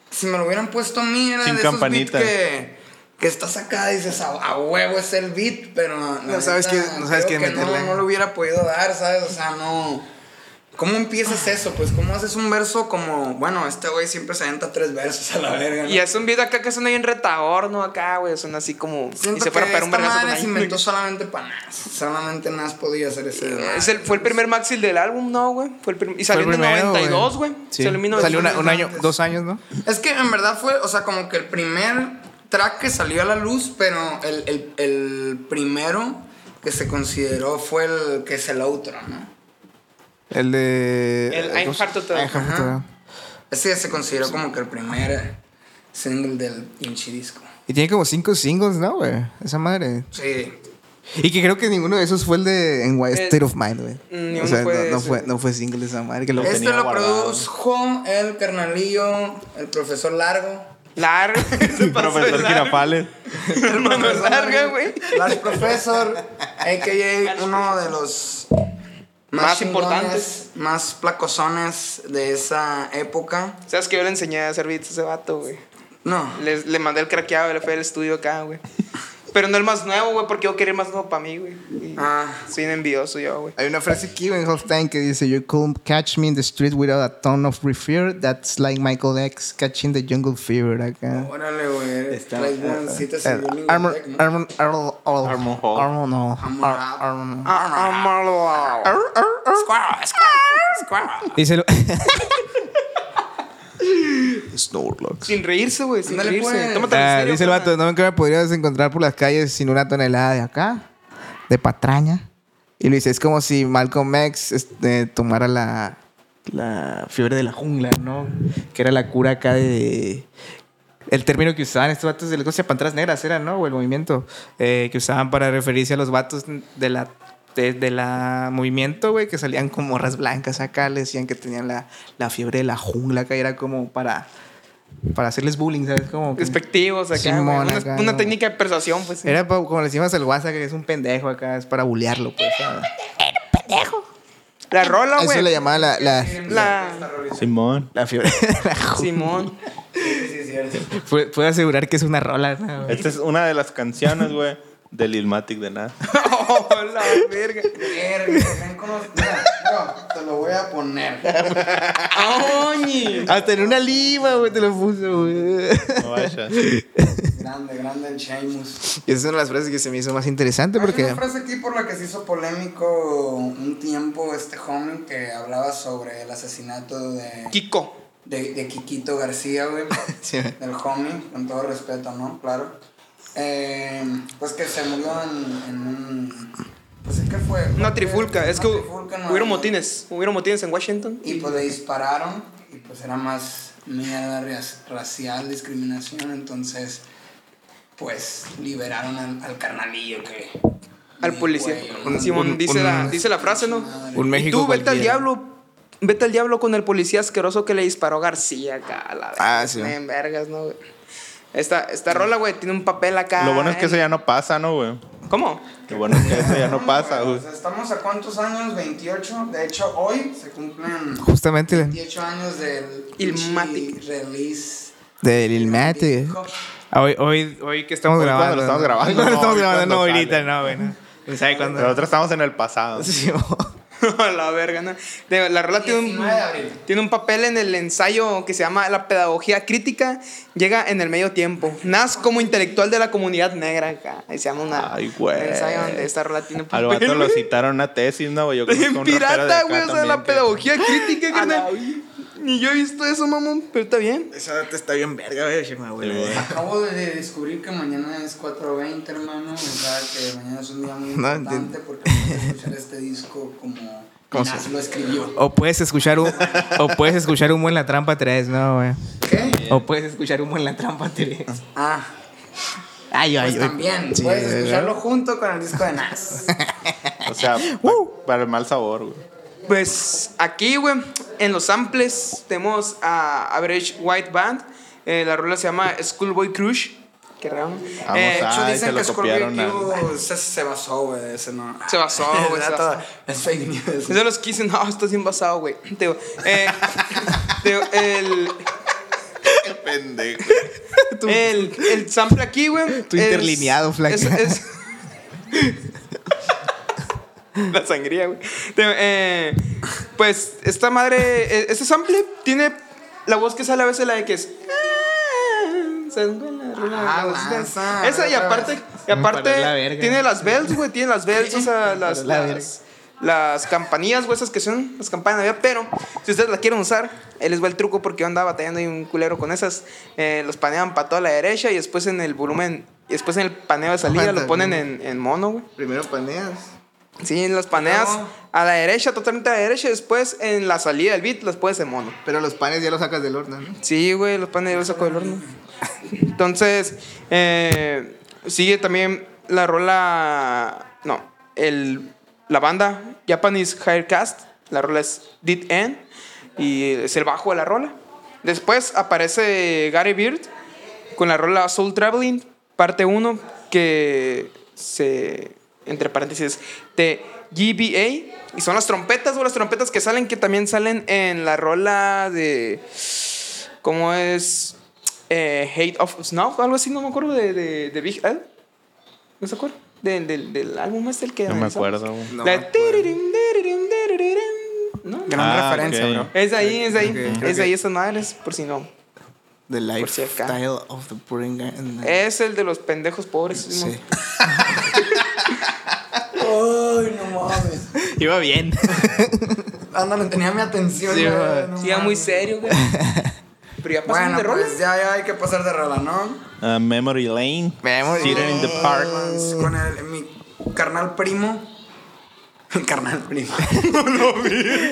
Speaker 1: si me lo hubieran puesto a mí, era
Speaker 2: Sin
Speaker 1: de esos
Speaker 2: campanita.
Speaker 1: beats que, que estás acá y dices, a, a huevo es el beat, pero...
Speaker 3: No sabes qué- no sabes
Speaker 1: creo
Speaker 3: qué
Speaker 1: que no,
Speaker 3: meterle.
Speaker 1: no lo hubiera podido dar, ¿sabes? O sea, no... ¿Cómo empiezas eso? Pues, ¿cómo haces un verso como... Bueno, este güey siempre se aventa tres versos a la verga, ¿no?
Speaker 4: Y es un beat acá que suena bien retador, ¿no? Acá, güey, suena así como...
Speaker 1: Siento
Speaker 4: y se fuera
Speaker 1: que
Speaker 4: a pegar un
Speaker 1: esta
Speaker 4: vergazo
Speaker 1: madre
Speaker 4: con
Speaker 1: se
Speaker 4: alguien.
Speaker 1: inventó solamente para Nas. Solamente Nas podía hacer ese...
Speaker 4: Es el- fue el primer maxil del álbum, ¿no, güey? Fue el prim- y salió
Speaker 3: Fue el
Speaker 4: en el
Speaker 3: primero,
Speaker 4: 92, güey.
Speaker 3: Sí.
Speaker 4: Salió en
Speaker 3: Salió
Speaker 4: 1992.
Speaker 3: una- un año, dos años, ¿no?
Speaker 1: Es que en verdad fue, o sea, como que el primer track que salió a la luz, pero el, el- el primero que se consideró fue el que es el outro, ¿no?
Speaker 3: El de.
Speaker 4: El I'm Hard to Tell.
Speaker 3: I'm Hard to
Speaker 1: Ajá.
Speaker 3: Tell.
Speaker 1: Ese ya se consideró como que el primer single del pinche disco.
Speaker 3: Y tiene como cinco singles, ¿no, güey? Esa madre.
Speaker 1: Sí.
Speaker 3: Y que creo que ninguno de esos fue el de En White
Speaker 4: Eh, mm,
Speaker 3: State of Mind,
Speaker 4: ni
Speaker 3: güey.
Speaker 4: uno
Speaker 3: O sea,
Speaker 4: fue
Speaker 3: no,
Speaker 4: de
Speaker 3: no
Speaker 4: ese.
Speaker 3: fue, no fue single esa madre. Que lo
Speaker 1: Este
Speaker 2: tenía
Speaker 1: lo
Speaker 2: guardado.
Speaker 1: produjo el carnalillo, el profesor Largo.
Speaker 4: Largo.
Speaker 3: <laughs>
Speaker 4: Se pasó de
Speaker 2: Profesor
Speaker 4: largo.
Speaker 2: Girafales.
Speaker 1: El profesor
Speaker 4: Largo, güey.
Speaker 1: Largo Profesor, a.k.a. uno de los más,
Speaker 4: Más
Speaker 1: importantes, más placosones de esa época.
Speaker 4: ¿Sabes que yo le enseñé a hacer beats a ese vato, güey?
Speaker 1: No.
Speaker 4: Les- Le, mandé el craqueado, le fue al estudio acá, güey. Pero no el más nuevo, güey, porque yo quería el más nuevo para mí, güey. Y
Speaker 1: Ah.
Speaker 4: Soy un envidioso yo, güey.
Speaker 3: Hay una frase aquí en Holstein que dice: You couldn't catch me in the street without a ton of refer. That's like Michael X catching the jungle fever. Acá.
Speaker 1: Órale, güey.
Speaker 3: Está-
Speaker 1: Traes buencitas
Speaker 3: El Armor, Armor, Armor,
Speaker 2: Armor Hall.
Speaker 3: Armor, no.
Speaker 1: Armor
Speaker 3: Ar-
Speaker 1: Hall.
Speaker 3: Armor,
Speaker 4: Ah.
Speaker 3: no.
Speaker 4: Amalo.
Speaker 1: Squirrel, squirrel, squirrel.
Speaker 3: Dice lo- <laughs>
Speaker 2: Snorlax.
Speaker 4: Sin reírse, güey, sin
Speaker 1: Ándale,
Speaker 4: reírse.
Speaker 1: pues.
Speaker 4: Tómate
Speaker 3: Ah, dice el vato, no me creo que me podrías encontrar por las calles sin una tonelada de acá, de patraña. Y lo dice, es como si Malcolm X este, tomara la, la fiebre de la jungla, ¿no? Que era la cura acá de... El término que usaban estos vatos de las cosas panteras negras era, ¿no? O el movimiento eh, que usaban para referirse a los vatos de la de, de la movimiento, güey, que salían con morras blancas acá, le decían que tenían la, la fiebre de la jungla, que era como para, para hacerles bullying, ¿sabes? Como que-
Speaker 4: Despectivos acá, güey.
Speaker 3: Simón,
Speaker 4: Una,
Speaker 3: acá,
Speaker 4: una
Speaker 3: no. Eh,
Speaker 4: técnica de persuasión, pues. sí.
Speaker 3: Era pa- como le decimos al WhatsApp, que es un pendejo acá, es para bulearlo, pues. ¿sabes?
Speaker 4: La rola,
Speaker 3: Ah, Eso
Speaker 4: güey.
Speaker 3: le llamaba la, la,
Speaker 4: La
Speaker 3: <laughs>
Speaker 2: Simón.
Speaker 3: la fiebre de la
Speaker 1: <laughs>
Speaker 3: ju-
Speaker 4: Simón. <laughs>
Speaker 3: Pu- Puedo asegurar que es una rola, ¿no? güey?
Speaker 2: Esta es una de las canciones, güey, del Ilmatic de nada.
Speaker 4: Oh, la verga.
Speaker 1: Verga, ven con los- Mira, bro, te lo voy a poner.
Speaker 4: ¡Oñi!
Speaker 3: Hasta en una lima, güey, te lo puso, güey.
Speaker 2: No vayas.
Speaker 1: Grande, grande el Sheamus.
Speaker 3: Y esa es una de las frases que se me hizo más interesante
Speaker 1: Hay
Speaker 3: porque...
Speaker 1: una frase aquí por la que se hizo polémico un tiempo este homie que hablaba sobre el asesinato de,
Speaker 4: Kiko.
Speaker 1: de, de Kikito García, güey.
Speaker 3: Sí, güey.
Speaker 1: Del homie, con todo respeto, ¿no? Claro. Eh, pues que se murió en, en un... Pues es que fue...
Speaker 4: Una trifulca. Es que
Speaker 1: Una trifulca, no,
Speaker 4: hubieron
Speaker 1: no.
Speaker 4: motines. Hubieron motines en Washington.
Speaker 1: Y pues le dispararon y pues era más mierda ria- racial, discriminación, entonces pues liberaron al, al carnalillo que...
Speaker 4: Al
Speaker 1: y,
Speaker 4: policía.
Speaker 1: güey,
Speaker 3: Un-
Speaker 4: Simón
Speaker 3: un-
Speaker 4: dice,
Speaker 3: un-
Speaker 4: la, dice la frase, ¿no?
Speaker 1: madre.
Speaker 3: Un
Speaker 4: Y
Speaker 3: México
Speaker 4: tú, vete al
Speaker 3: cualquiera.
Speaker 4: diablo. Vete al diablo con el policía asqueroso que le disparó García acá. a La
Speaker 3: Ah,
Speaker 4: verga.
Speaker 3: sí.
Speaker 4: En vergas, ¿no? güey? Esta, esta rola, güey, tiene un papel acá.
Speaker 2: Lo bueno es que
Speaker 4: en-
Speaker 2: eso ya no pasa, ¿no, güey?
Speaker 4: ¿Cómo? <laughs>
Speaker 2: Lo bueno es que eso ya no pasa,
Speaker 1: güey.
Speaker 2: güey.
Speaker 1: O sea, Estamos a cuántos años, 28. De hecho, hoy se cumplen
Speaker 3: Justamente
Speaker 1: 28 años del
Speaker 4: Illmatic.
Speaker 1: Uchi release.
Speaker 3: de Lil Mate.
Speaker 1: Disco.
Speaker 3: Ah, Hoy, hoy, hoy que estamos
Speaker 2: Hoy cuando
Speaker 3: grabando.
Speaker 2: lo estamos grabando,
Speaker 3: Hoy cuando lo
Speaker 2: no,
Speaker 3: estamos
Speaker 2: hoy
Speaker 3: grabando, <laughs> no,
Speaker 2: cuando sale.
Speaker 3: ahorita, no, güey. no. ¿Quién sabe cuándo?
Speaker 2: Nosotros estamos en el pasado.
Speaker 3: Sí, güey.
Speaker 4: A la verga, ¿no? Digo, La rola tiene
Speaker 1: 19 de abril.
Speaker 4: un, tiene un papel en el ensayo que se llama La pedagogía crítica. Llega en el medio tiempo. Nas como intelectual de la comunidad negra acá. Ahí se llama una,
Speaker 2: Ay, güey.
Speaker 4: un ensayo donde esta rola tiene un
Speaker 2: Al
Speaker 4: papel.
Speaker 2: vato lo citaron a tesis, ¿no, güey? Yo conozco
Speaker 4: Bien
Speaker 2: un rapero de
Speaker 4: <laughs> pirata,
Speaker 2: acá
Speaker 4: güey. O sea,
Speaker 2: también
Speaker 4: la
Speaker 2: que- Ah,
Speaker 4: pedagogía crítica,
Speaker 3: A la
Speaker 4: carnal. Ni yo he visto eso, mamón. Pero está bien.
Speaker 3: Esa data está bien verga, güey.
Speaker 1: Acabo de descubrir que mañana es 4.20, hermano. O sea, que mañana es un día muy
Speaker 3: No
Speaker 1: importante
Speaker 3: entiendo.
Speaker 1: porque vamos a escuchar este disco como
Speaker 3: ¿Cómo
Speaker 1: Nas
Speaker 3: se-
Speaker 1: lo escribió.
Speaker 3: O puedes escuchar un o puedes escuchar humo en la trampa 3, no, güey.
Speaker 1: ¿Qué?
Speaker 3: O puedes escuchar humo en la trampa 3.
Speaker 1: Ah,
Speaker 3: Ay,
Speaker 1: pues también.
Speaker 3: Sí,
Speaker 1: Puedes
Speaker 3: ¿verdad?
Speaker 1: escucharlo junto con el disco de
Speaker 3: <laughs>
Speaker 1: Nas.
Speaker 2: O sea, pa- para el mal sabor, güey.
Speaker 4: Pues aquí, güey, en los samples tenemos a Average White Band. Eh, la rola se llama Schoolboy Crush. Qué raro.
Speaker 2: Vamos
Speaker 4: Eh,
Speaker 1: De hecho,
Speaker 2: Ay, se
Speaker 1: dicen
Speaker 2: lo
Speaker 1: que Scorpio
Speaker 2: copiaron al-
Speaker 1: Q se, se basó, güey, de ese no.
Speaker 4: Se basó, güey, se
Speaker 1: <laughs> Es
Speaker 4: basó.
Speaker 1: Es fake news.
Speaker 4: <laughs> Es de los que dicen, no, estás bien basado, güey. Te digo, eh, <laughs> te digo, el,
Speaker 2: Pendejo.
Speaker 4: el, el sample aquí, güey.
Speaker 3: Tu
Speaker 4: es-
Speaker 3: interlineado, flaca.
Speaker 4: es- es- La sangría, güey. Te digo, eh, pues esta madre, eh, este sample tiene la voz que sale a veces la de que es... ¿sabes? La rola,
Speaker 1: Ah,
Speaker 4: la voz de-
Speaker 1: lanza,
Speaker 4: Esa y
Speaker 1: otra
Speaker 4: aparte,
Speaker 1: vez.
Speaker 4: y aparte
Speaker 3: Para la verga.
Speaker 4: tiene las bells, güey, tiene las bells, o sea, las,
Speaker 3: la verga.
Speaker 4: las, las campanillas, güey, esas que son las campanas, ¿verdad? pero si ustedes la quieren usar, ahí les va el truco porque yo andaba batallando ahí un culero con esas, eh, los panean para toda la derecha y después en el volumen, y después en el paneo de salida lo ponen en, en mono, güey.
Speaker 3: Primero paneas.
Speaker 4: Sí, las paneas
Speaker 1: Luego.
Speaker 4: a la derecha, totalmente a la derecha, y después en la salida del beat las puedes en mono.
Speaker 3: Pero los panes ya los sacas del horno, ¿no?
Speaker 4: Sí, güey, los panes yo los saco del horno. Entonces, eh, sigue también la rola. No, el, la banda Japanese Higher Cast. La rola es Did End. Y es el bajo de la rola. Después aparece Gary Beard con la rola Soul Traveling, parte 1, que se. Entre paréntesis, de GBA. Y son las trompetas, o las trompetas que salen, que también salen en la rola de. ¿Cómo es? Eh, Hate of Snuff, algo así, no me acuerdo, de, de, de Big L. ¿No se acuerdan? Del, del, del álbum este el que
Speaker 2: No me
Speaker 4: analizamos.
Speaker 2: acuerdo, güey.
Speaker 4: La
Speaker 1: No me
Speaker 4: de
Speaker 1: acuerdo.
Speaker 4: tiririm, tiririm, tiririm. No,
Speaker 2: Ah,
Speaker 4: no.
Speaker 3: Gran referencia,
Speaker 2: ok.
Speaker 3: bro.
Speaker 4: Es ahí, es ahí.
Speaker 3: Creo que- creo
Speaker 4: es
Speaker 3: que-
Speaker 4: ahí esas madres, por si no.
Speaker 3: The
Speaker 4: si acá.
Speaker 3: lifestyle of the poor and- and-
Speaker 4: Es el de los pendejos pobres. ¿no?
Speaker 3: Sí.
Speaker 1: Ay, no mames.
Speaker 3: Iba bien.
Speaker 1: Ándale, tenía mi atención.
Speaker 3: Sí,
Speaker 1: güey,
Speaker 3: güey.
Speaker 1: no
Speaker 4: Sí, ya muy
Speaker 1: mames.
Speaker 3: <laughs>
Speaker 4: serio, güey. Pero ya pasamos
Speaker 1: Bueno,
Speaker 4: de rola.
Speaker 1: pues ya, ya hay que pasar de rola, ¿no?
Speaker 2: Uh, Memory Lane.
Speaker 3: Memory
Speaker 2: Theater in the Park.
Speaker 1: Romance Pues, Con el, mi carnal primo. <laughs> carnal primo.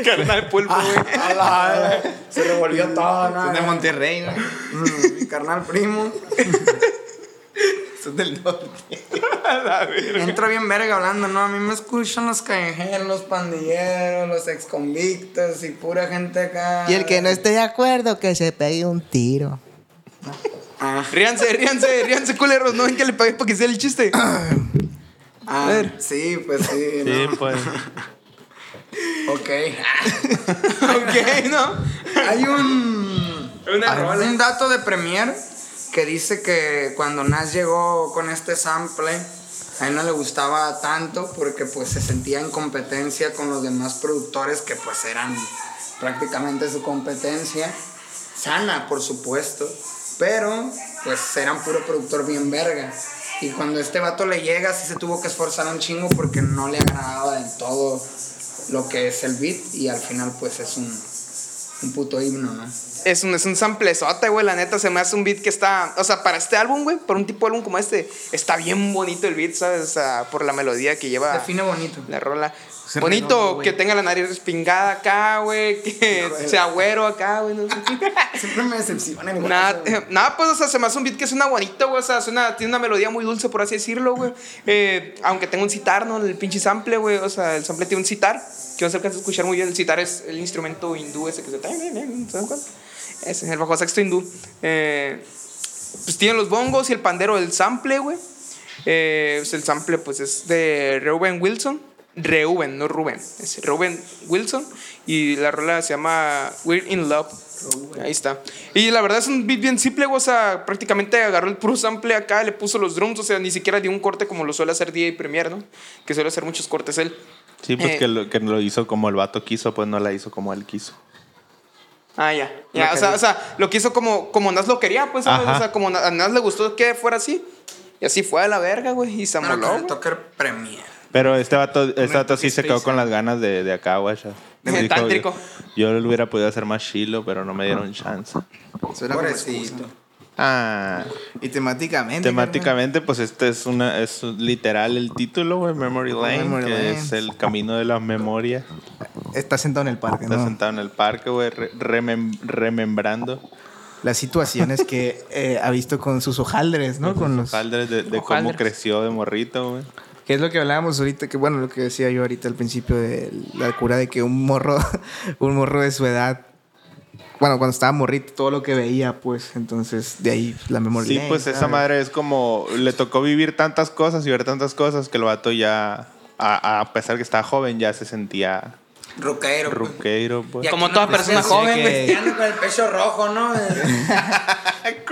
Speaker 4: Carnal pulpo, güey.
Speaker 1: Se revolvió todo, Mm, ¿no?
Speaker 3: Son de Monterrey, güey.
Speaker 1: Mm, Mi carnal primo.
Speaker 3: Son del
Speaker 1: <laughs>
Speaker 3: norte.
Speaker 1: Entra bien verga hablando, ¿no? A mí me escuchan los callejeros, los pandilleros, los exconvictos y pura gente acá.
Speaker 6: Y el que no esté de acuerdo, que se pegue un tiro.
Speaker 1: Ah,
Speaker 4: Ríanse, ríanse, ríanse, culeros. No ven que le pagué para que sea el chiste.
Speaker 1: <coughs> ah,
Speaker 4: A ver.
Speaker 1: Sí, pues sí.
Speaker 2: Sí,
Speaker 1: ¿no?
Speaker 2: pues.
Speaker 1: Ok.
Speaker 4: <laughs> ok, ¿no?
Speaker 1: Hay un.
Speaker 4: Una
Speaker 1: hay
Speaker 4: rola.
Speaker 1: un dato de Premier que dice que cuando Nas llegó con este sample, a él no le gustaba tanto porque pues se sentía en competencia con los demás productores que pues eran prácticamente su competencia. Sana, por supuesto, pero pues eran puro productor bien verga. Y cuando este vato le llega, sí se tuvo que esforzar un chingo porque no le agradaba del todo lo que es el beat y al final pues es un, un puto himno, ¿no?
Speaker 4: Es un, es un samplezote, güey. La neta se me hace un beat que está. O sea, para este álbum, güey, para un tipo de álbum como este, está bien bonito el beat, ¿sabes? O sea, por la melodía que lleva
Speaker 1: Define bonito.
Speaker 4: la rola.
Speaker 3: Se
Speaker 4: bonito
Speaker 3: redondo, güey.
Speaker 4: que tenga la nariz respingada acá, güey.
Speaker 3: <laughs>
Speaker 4: Que sea güero acá, güey. No sé.
Speaker 1: Siempre me decepciona el
Speaker 4: Nada,
Speaker 1: guaso.
Speaker 4: <laughs> nada, pues, o sea, se me hace un beat que suena bonito, güey. O sea, suena, tiene una melodía muy dulce, por así decirlo, güey. Eh, aunque tenga un citar, ¿no? El pinche sample, güey. O sea, el sample tiene un citar, que no se alcanza a escuchar muy bien. El citar es el instrumento hindú ese que se... ¿Se dan cuenta? Ese es el bajo sexto hindú. Eh, pues tiene los bongos y el pandero del sample, güey. Eh, pues, el sample, pues, es de Reuben Wilson. Reuben, no Rubén. Es Reuben Wilson. Y la rola se llama We're in Love. Ahí está. Y la verdad es un beat bien simple, güey. O sea, prácticamente agarró el puro sample acá, le puso los drums. O sea, ni siquiera dio un corte como lo suele hacer DJ Premier, ¿no? Que suele hacer muchos cortes él.
Speaker 2: Sí, pues
Speaker 4: Eh.
Speaker 2: que, lo, que lo hizo como el vato quiso, pues no la hizo como él quiso.
Speaker 4: Ah, ya. ya o, sea, o sea, lo que hizo como, como Nas lo quería, pues, ¿sabes?
Speaker 2: Ajá.
Speaker 4: O sea, como Na- a Nas le gustó que fuera así. Y así fue a la verga, güey. Y se
Speaker 1: Pero
Speaker 4: amoló,
Speaker 1: con el
Speaker 4: güey.
Speaker 1: Tucker Premier.
Speaker 2: Pero este vato, este
Speaker 3: Momento
Speaker 2: vato sí se
Speaker 3: Space,
Speaker 2: quedó
Speaker 3: ¿eh?
Speaker 2: con las ganas de, de acá, güey. ya.
Speaker 4: De
Speaker 2: Dijo,
Speaker 4: tántrico.
Speaker 2: Yo, yo lo hubiera podido hacer más chilo, pero no me dieron chance.
Speaker 3: Suena como excusa.
Speaker 1: Pobrecito.
Speaker 2: Ah,
Speaker 3: Y temáticamente.
Speaker 2: temáticamente, pues este es una es literal el título, güey, Memory Lane,
Speaker 3: Memory
Speaker 2: que
Speaker 3: Lane.
Speaker 2: es el camino de la memoria.
Speaker 3: carnal, Está sentado en el parque,
Speaker 2: Está
Speaker 3: ¿no?
Speaker 2: sentado en el parque, güey, re- remem- remembrando.
Speaker 3: Las situaciones que eh, ha visto con sus hojaldres, ¿no? Con los.
Speaker 2: Hojaldres de, de cómo
Speaker 4: Hojaldres.
Speaker 2: creció de morrito, güey.
Speaker 3: Que es lo que hablábamos ahorita, que bueno, lo que decía yo ahorita al principio de la cura de que un morro, <laughs> un morro de su edad, bueno, cuando estaba morrito, todo lo que veía, pues, entonces de ahí la memoria.
Speaker 2: Sí, pues esa
Speaker 3: ah.
Speaker 2: madre es como le tocó vivir tantas cosas y ver tantas cosas que el vato ya, a, a pesar que estaba joven, ya se sentía
Speaker 1: Rockero. pues.
Speaker 2: ruqueiro, pues.
Speaker 1: Y aquí
Speaker 4: Como
Speaker 1: una
Speaker 4: toda persona
Speaker 3: joven,
Speaker 1: Cristiano con el pecho rojo, ¿no?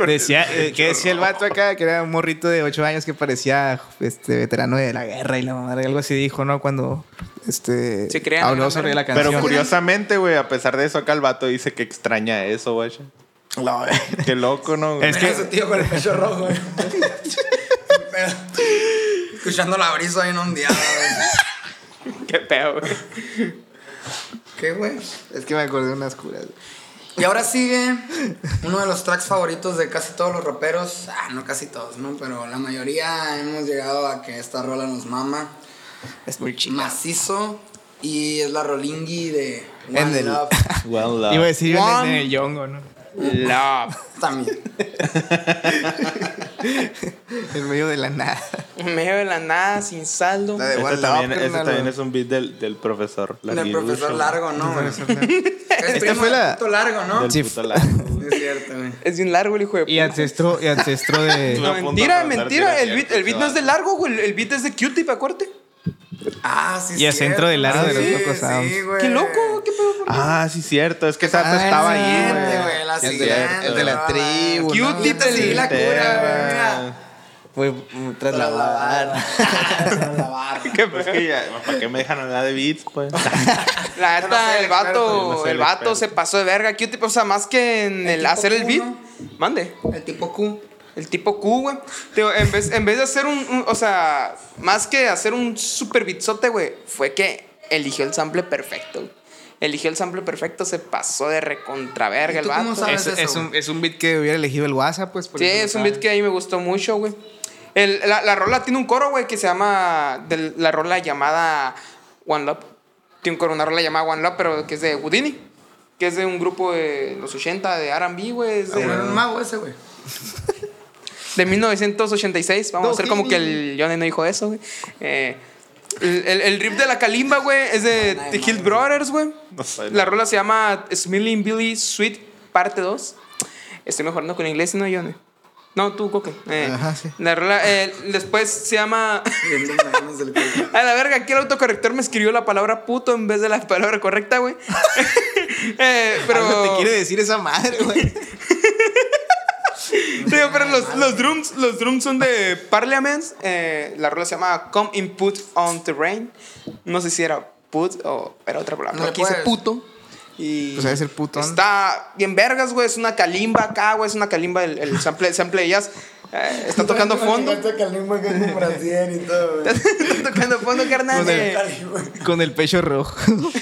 Speaker 3: Decía, eh, que decía el vato acá, que era un morrito de 8 años que parecía este veterano de la guerra y la madre, algo así dijo, ¿no? Cuando este
Speaker 4: Se crean,
Speaker 3: habló
Speaker 4: ¿no?
Speaker 3: sobre la canción.
Speaker 2: Pero curiosamente, güey, a pesar de eso, acá el vato dice que extraña eso, güey.
Speaker 3: No, <laughs>
Speaker 2: Qué loco, ¿no?
Speaker 1: Es
Speaker 3: Es que-
Speaker 1: que su tío con el pecho rojo. güey. Pero- Escuchando la brisa ahí inundada, güey.
Speaker 4: <laughs> Qué pedo, güey.
Speaker 1: ¿Qué, güey?
Speaker 3: es que me acordé de unas curas.
Speaker 1: Y ahora sigue uno de los tracks favoritos de casi todos los raperos. Ah, no casi todos, ¿no? Pero la mayoría hemos llegado a que esta rola nos mama.
Speaker 3: Es muy chido.
Speaker 1: Macizo. Y es la rolingui de One
Speaker 3: En el-
Speaker 1: Love.
Speaker 2: Well, uh,
Speaker 3: Iba a decir en el- en
Speaker 4: One.
Speaker 3: el yongo, ¿no?
Speaker 4: Love.
Speaker 1: También.
Speaker 3: En medio de la nada.
Speaker 4: En medio de la nada, sin saldo.
Speaker 3: La de One
Speaker 2: Ese
Speaker 3: Love,
Speaker 2: también, ese
Speaker 3: carnal,
Speaker 2: también
Speaker 3: güey.
Speaker 2: es un beat del, del profesor.
Speaker 1: Del profesor
Speaker 2: Larguirucho.
Speaker 1: largo, ¿no? güey? Es primo
Speaker 3: fue
Speaker 1: del
Speaker 3: la-
Speaker 1: puto largo, ¿no?
Speaker 2: Del
Speaker 3: Sí.
Speaker 2: puto largo.
Speaker 1: Es cierto, güey.
Speaker 4: Es bien largo el hijo de
Speaker 3: <laughs> Y
Speaker 4: puta.
Speaker 3: ancestro, y ancestro de. <laughs>
Speaker 4: No,
Speaker 2: Estuve a punto
Speaker 4: mentira,
Speaker 2: de preguntar
Speaker 4: mentira.
Speaker 2: si era
Speaker 4: El beat,
Speaker 2: cierto
Speaker 4: el beat
Speaker 2: ese
Speaker 4: no es de
Speaker 2: vato.
Speaker 4: largo, güey. El beat es de cutie, ¿te acuerdas?
Speaker 1: Ah, sí,
Speaker 3: Y el
Speaker 1: cierto.
Speaker 3: centro del aro de los
Speaker 1: Sí,
Speaker 3: locos
Speaker 1: Sí,
Speaker 3: Adams.
Speaker 1: güey.
Speaker 4: Qué loco, güey, qué pedo. por-
Speaker 2: Ah, sí, cierto. Es que esa
Speaker 3: Ah,
Speaker 2: estaba
Speaker 3: sí,
Speaker 2: ahí,
Speaker 1: Siguiente,
Speaker 2: güey.
Speaker 1: güey, la
Speaker 3: El de la-
Speaker 1: siguiente.
Speaker 3: el de la
Speaker 1: rola.
Speaker 3: tribu,
Speaker 4: ¿no?
Speaker 1: Cutie, te leí la
Speaker 2: Entera,
Speaker 1: cura,
Speaker 2: güey.
Speaker 1: güey. mira.
Speaker 6: Fue mm, tras
Speaker 3: Ah,
Speaker 6: la barra.
Speaker 1: Tras la barra.
Speaker 4: Qué
Speaker 2: Pues
Speaker 4: pedo.
Speaker 2: que ya, ¿para qué me dejan hablar de beats, pues?
Speaker 4: La
Speaker 1: Yo no
Speaker 4: neta,
Speaker 1: soy el experto,
Speaker 4: el
Speaker 2: yo no
Speaker 4: vato,
Speaker 2: soy
Speaker 4: el
Speaker 2: el
Speaker 4: vato
Speaker 2: experto.
Speaker 4: se pasó de verga. Q-Tip, o sea, más que en
Speaker 1: El
Speaker 4: el
Speaker 1: tipo
Speaker 4: hacer el
Speaker 1: Q,
Speaker 4: beat.
Speaker 1: ¿no?
Speaker 4: Mande.
Speaker 1: El tipo Q.
Speaker 4: El tipo Q, güey. Te digo, En vez, en vez de hacer un, un- O sea, más que hacer un super bitzote, güey, fue que eligió el sample perfecto. güey. Eligió el sample perfecto, se pasó de recontraverga
Speaker 1: ¿Y
Speaker 4: el
Speaker 1: tú cómo
Speaker 4: vato.
Speaker 1: sabes?
Speaker 3: Es,
Speaker 1: eso,
Speaker 3: es un,
Speaker 1: güey.
Speaker 3: es un beat que hubiera elegido el WhatsApp, pues. por
Speaker 4: Sí,
Speaker 3: eso lo
Speaker 4: es un beat
Speaker 3: sabe.
Speaker 4: que a mí me gustó mucho, güey. El- La, la rola tiene un coro, güey, que se llama. de la rola llamada One Love. Tiene un coro, una rola llamada One Love, pero que es de Houdini. Que es de un grupo de los 80 de RB, güey. Es de,
Speaker 1: Era un mago ese, güey.
Speaker 4: de 1986. Vamos a hacer como que el Johnny no dijo eso, güey. Eh, el, el, el riff de la Kalimba, güey, es de The Hill Brothers, güey.
Speaker 2: No sé,
Speaker 4: La
Speaker 2: no.
Speaker 4: rola se llama Smiling Billy Sweet, parte 2. Estoy mejorando con inglés, ¿no, Johnny? No, tú, Coque. Eh,
Speaker 3: Ajá, sí.
Speaker 4: La rola, eh, después se llama... <laughs>
Speaker 1: Viendo memes del Q.
Speaker 4: A la verga, aquí el autocorrector me escribió la palabra puto en vez de la palabra correcta, güey. <laughs> Eh, pero...
Speaker 3: <laughs> Algo te quiere decir esa madre, güey.
Speaker 4: Sí, pero los, los drums, los drums son de Parliament. eh, la rola se llama Come Input on the Rain. No sé si era put o era otra palabra.
Speaker 1: No le
Speaker 4: Aquí dice
Speaker 1: puedes.
Speaker 4: puto. Y
Speaker 3: Pues debe ser putón.
Speaker 4: Está bien vergas, güey. Es una calimba acá, güey. Es una calimba, el, el sample, el sample de jazz. eh, está tocando fondo.
Speaker 1: Imagínate que el mismo que es un brasier y todo, güey.
Speaker 4: <laughs> está tocando fondo, carnal.
Speaker 1: Pues
Speaker 3: Con el-
Speaker 4: eh.
Speaker 3: Con el pecho rojo. <laughs>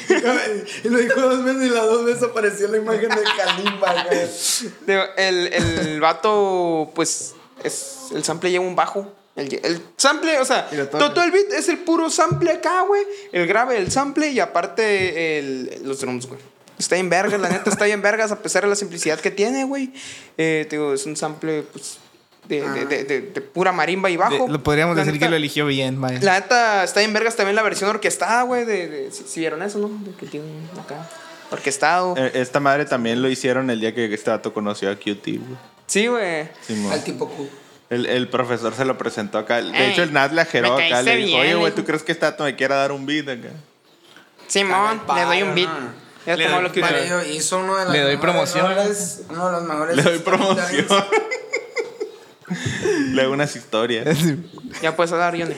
Speaker 1: Y lo dijo dos veces y las dos veces apareció la imagen de Kalimba, güey.
Speaker 4: Digo, el, el <laughs> vato, pues, es, el sample lleva un bajo. El, el sample, o sea,
Speaker 3: Y lo toca.
Speaker 4: todo, todo el beat es el puro sample acá, güey. El grave, el sample y aparte el- los drums, güey. Está en vergas, la neta está en vergas a pesar de la simplicidad que tiene, güey. Eh, te digo, es un sample, pues, de, de- de- de- de pura marimba y bajo.
Speaker 3: De- lo podríamos
Speaker 4: La
Speaker 3: decir
Speaker 4: neta-
Speaker 3: que lo eligió bien, vaya. <laughs>
Speaker 4: La neta está en vergas también la versión orquestada, güey. De, de- si, si vieron eso, ¿no? De que tiene acá orquestado.
Speaker 2: Eh, Esta madre también lo hicieron el día que este vato conoció a QT, güey.
Speaker 4: Sí, güey.
Speaker 2: Simón.
Speaker 1: Al tipo Q.
Speaker 2: El, el profesor se lo presentó acá. De
Speaker 4: Ey,
Speaker 2: hecho, el Nat le ajeró
Speaker 4: me
Speaker 2: acá. Le
Speaker 4: caíste
Speaker 2: dijo,
Speaker 4: bien,
Speaker 2: oye,
Speaker 4: le
Speaker 2: güey,
Speaker 4: dijo.
Speaker 2: ¿tú crees que este vato me quiera dar un beat acá?
Speaker 4: Simón,
Speaker 1: Hagan
Speaker 4: le doy
Speaker 1: paro,
Speaker 4: un beat.
Speaker 1: ¿no?
Speaker 4: Ya
Speaker 3: Le
Speaker 4: tomó
Speaker 3: doy
Speaker 4: lo que
Speaker 1: Para
Speaker 4: usted-
Speaker 1: ello hizo uno de las
Speaker 3: Le doy
Speaker 1: mejores
Speaker 3: promoción.
Speaker 1: rolas, uno de los mejores.
Speaker 2: Le doy
Speaker 1: standards.
Speaker 2: promoción. <laughs> le hago unas historias.
Speaker 4: Ya puedes hablar, Johnny.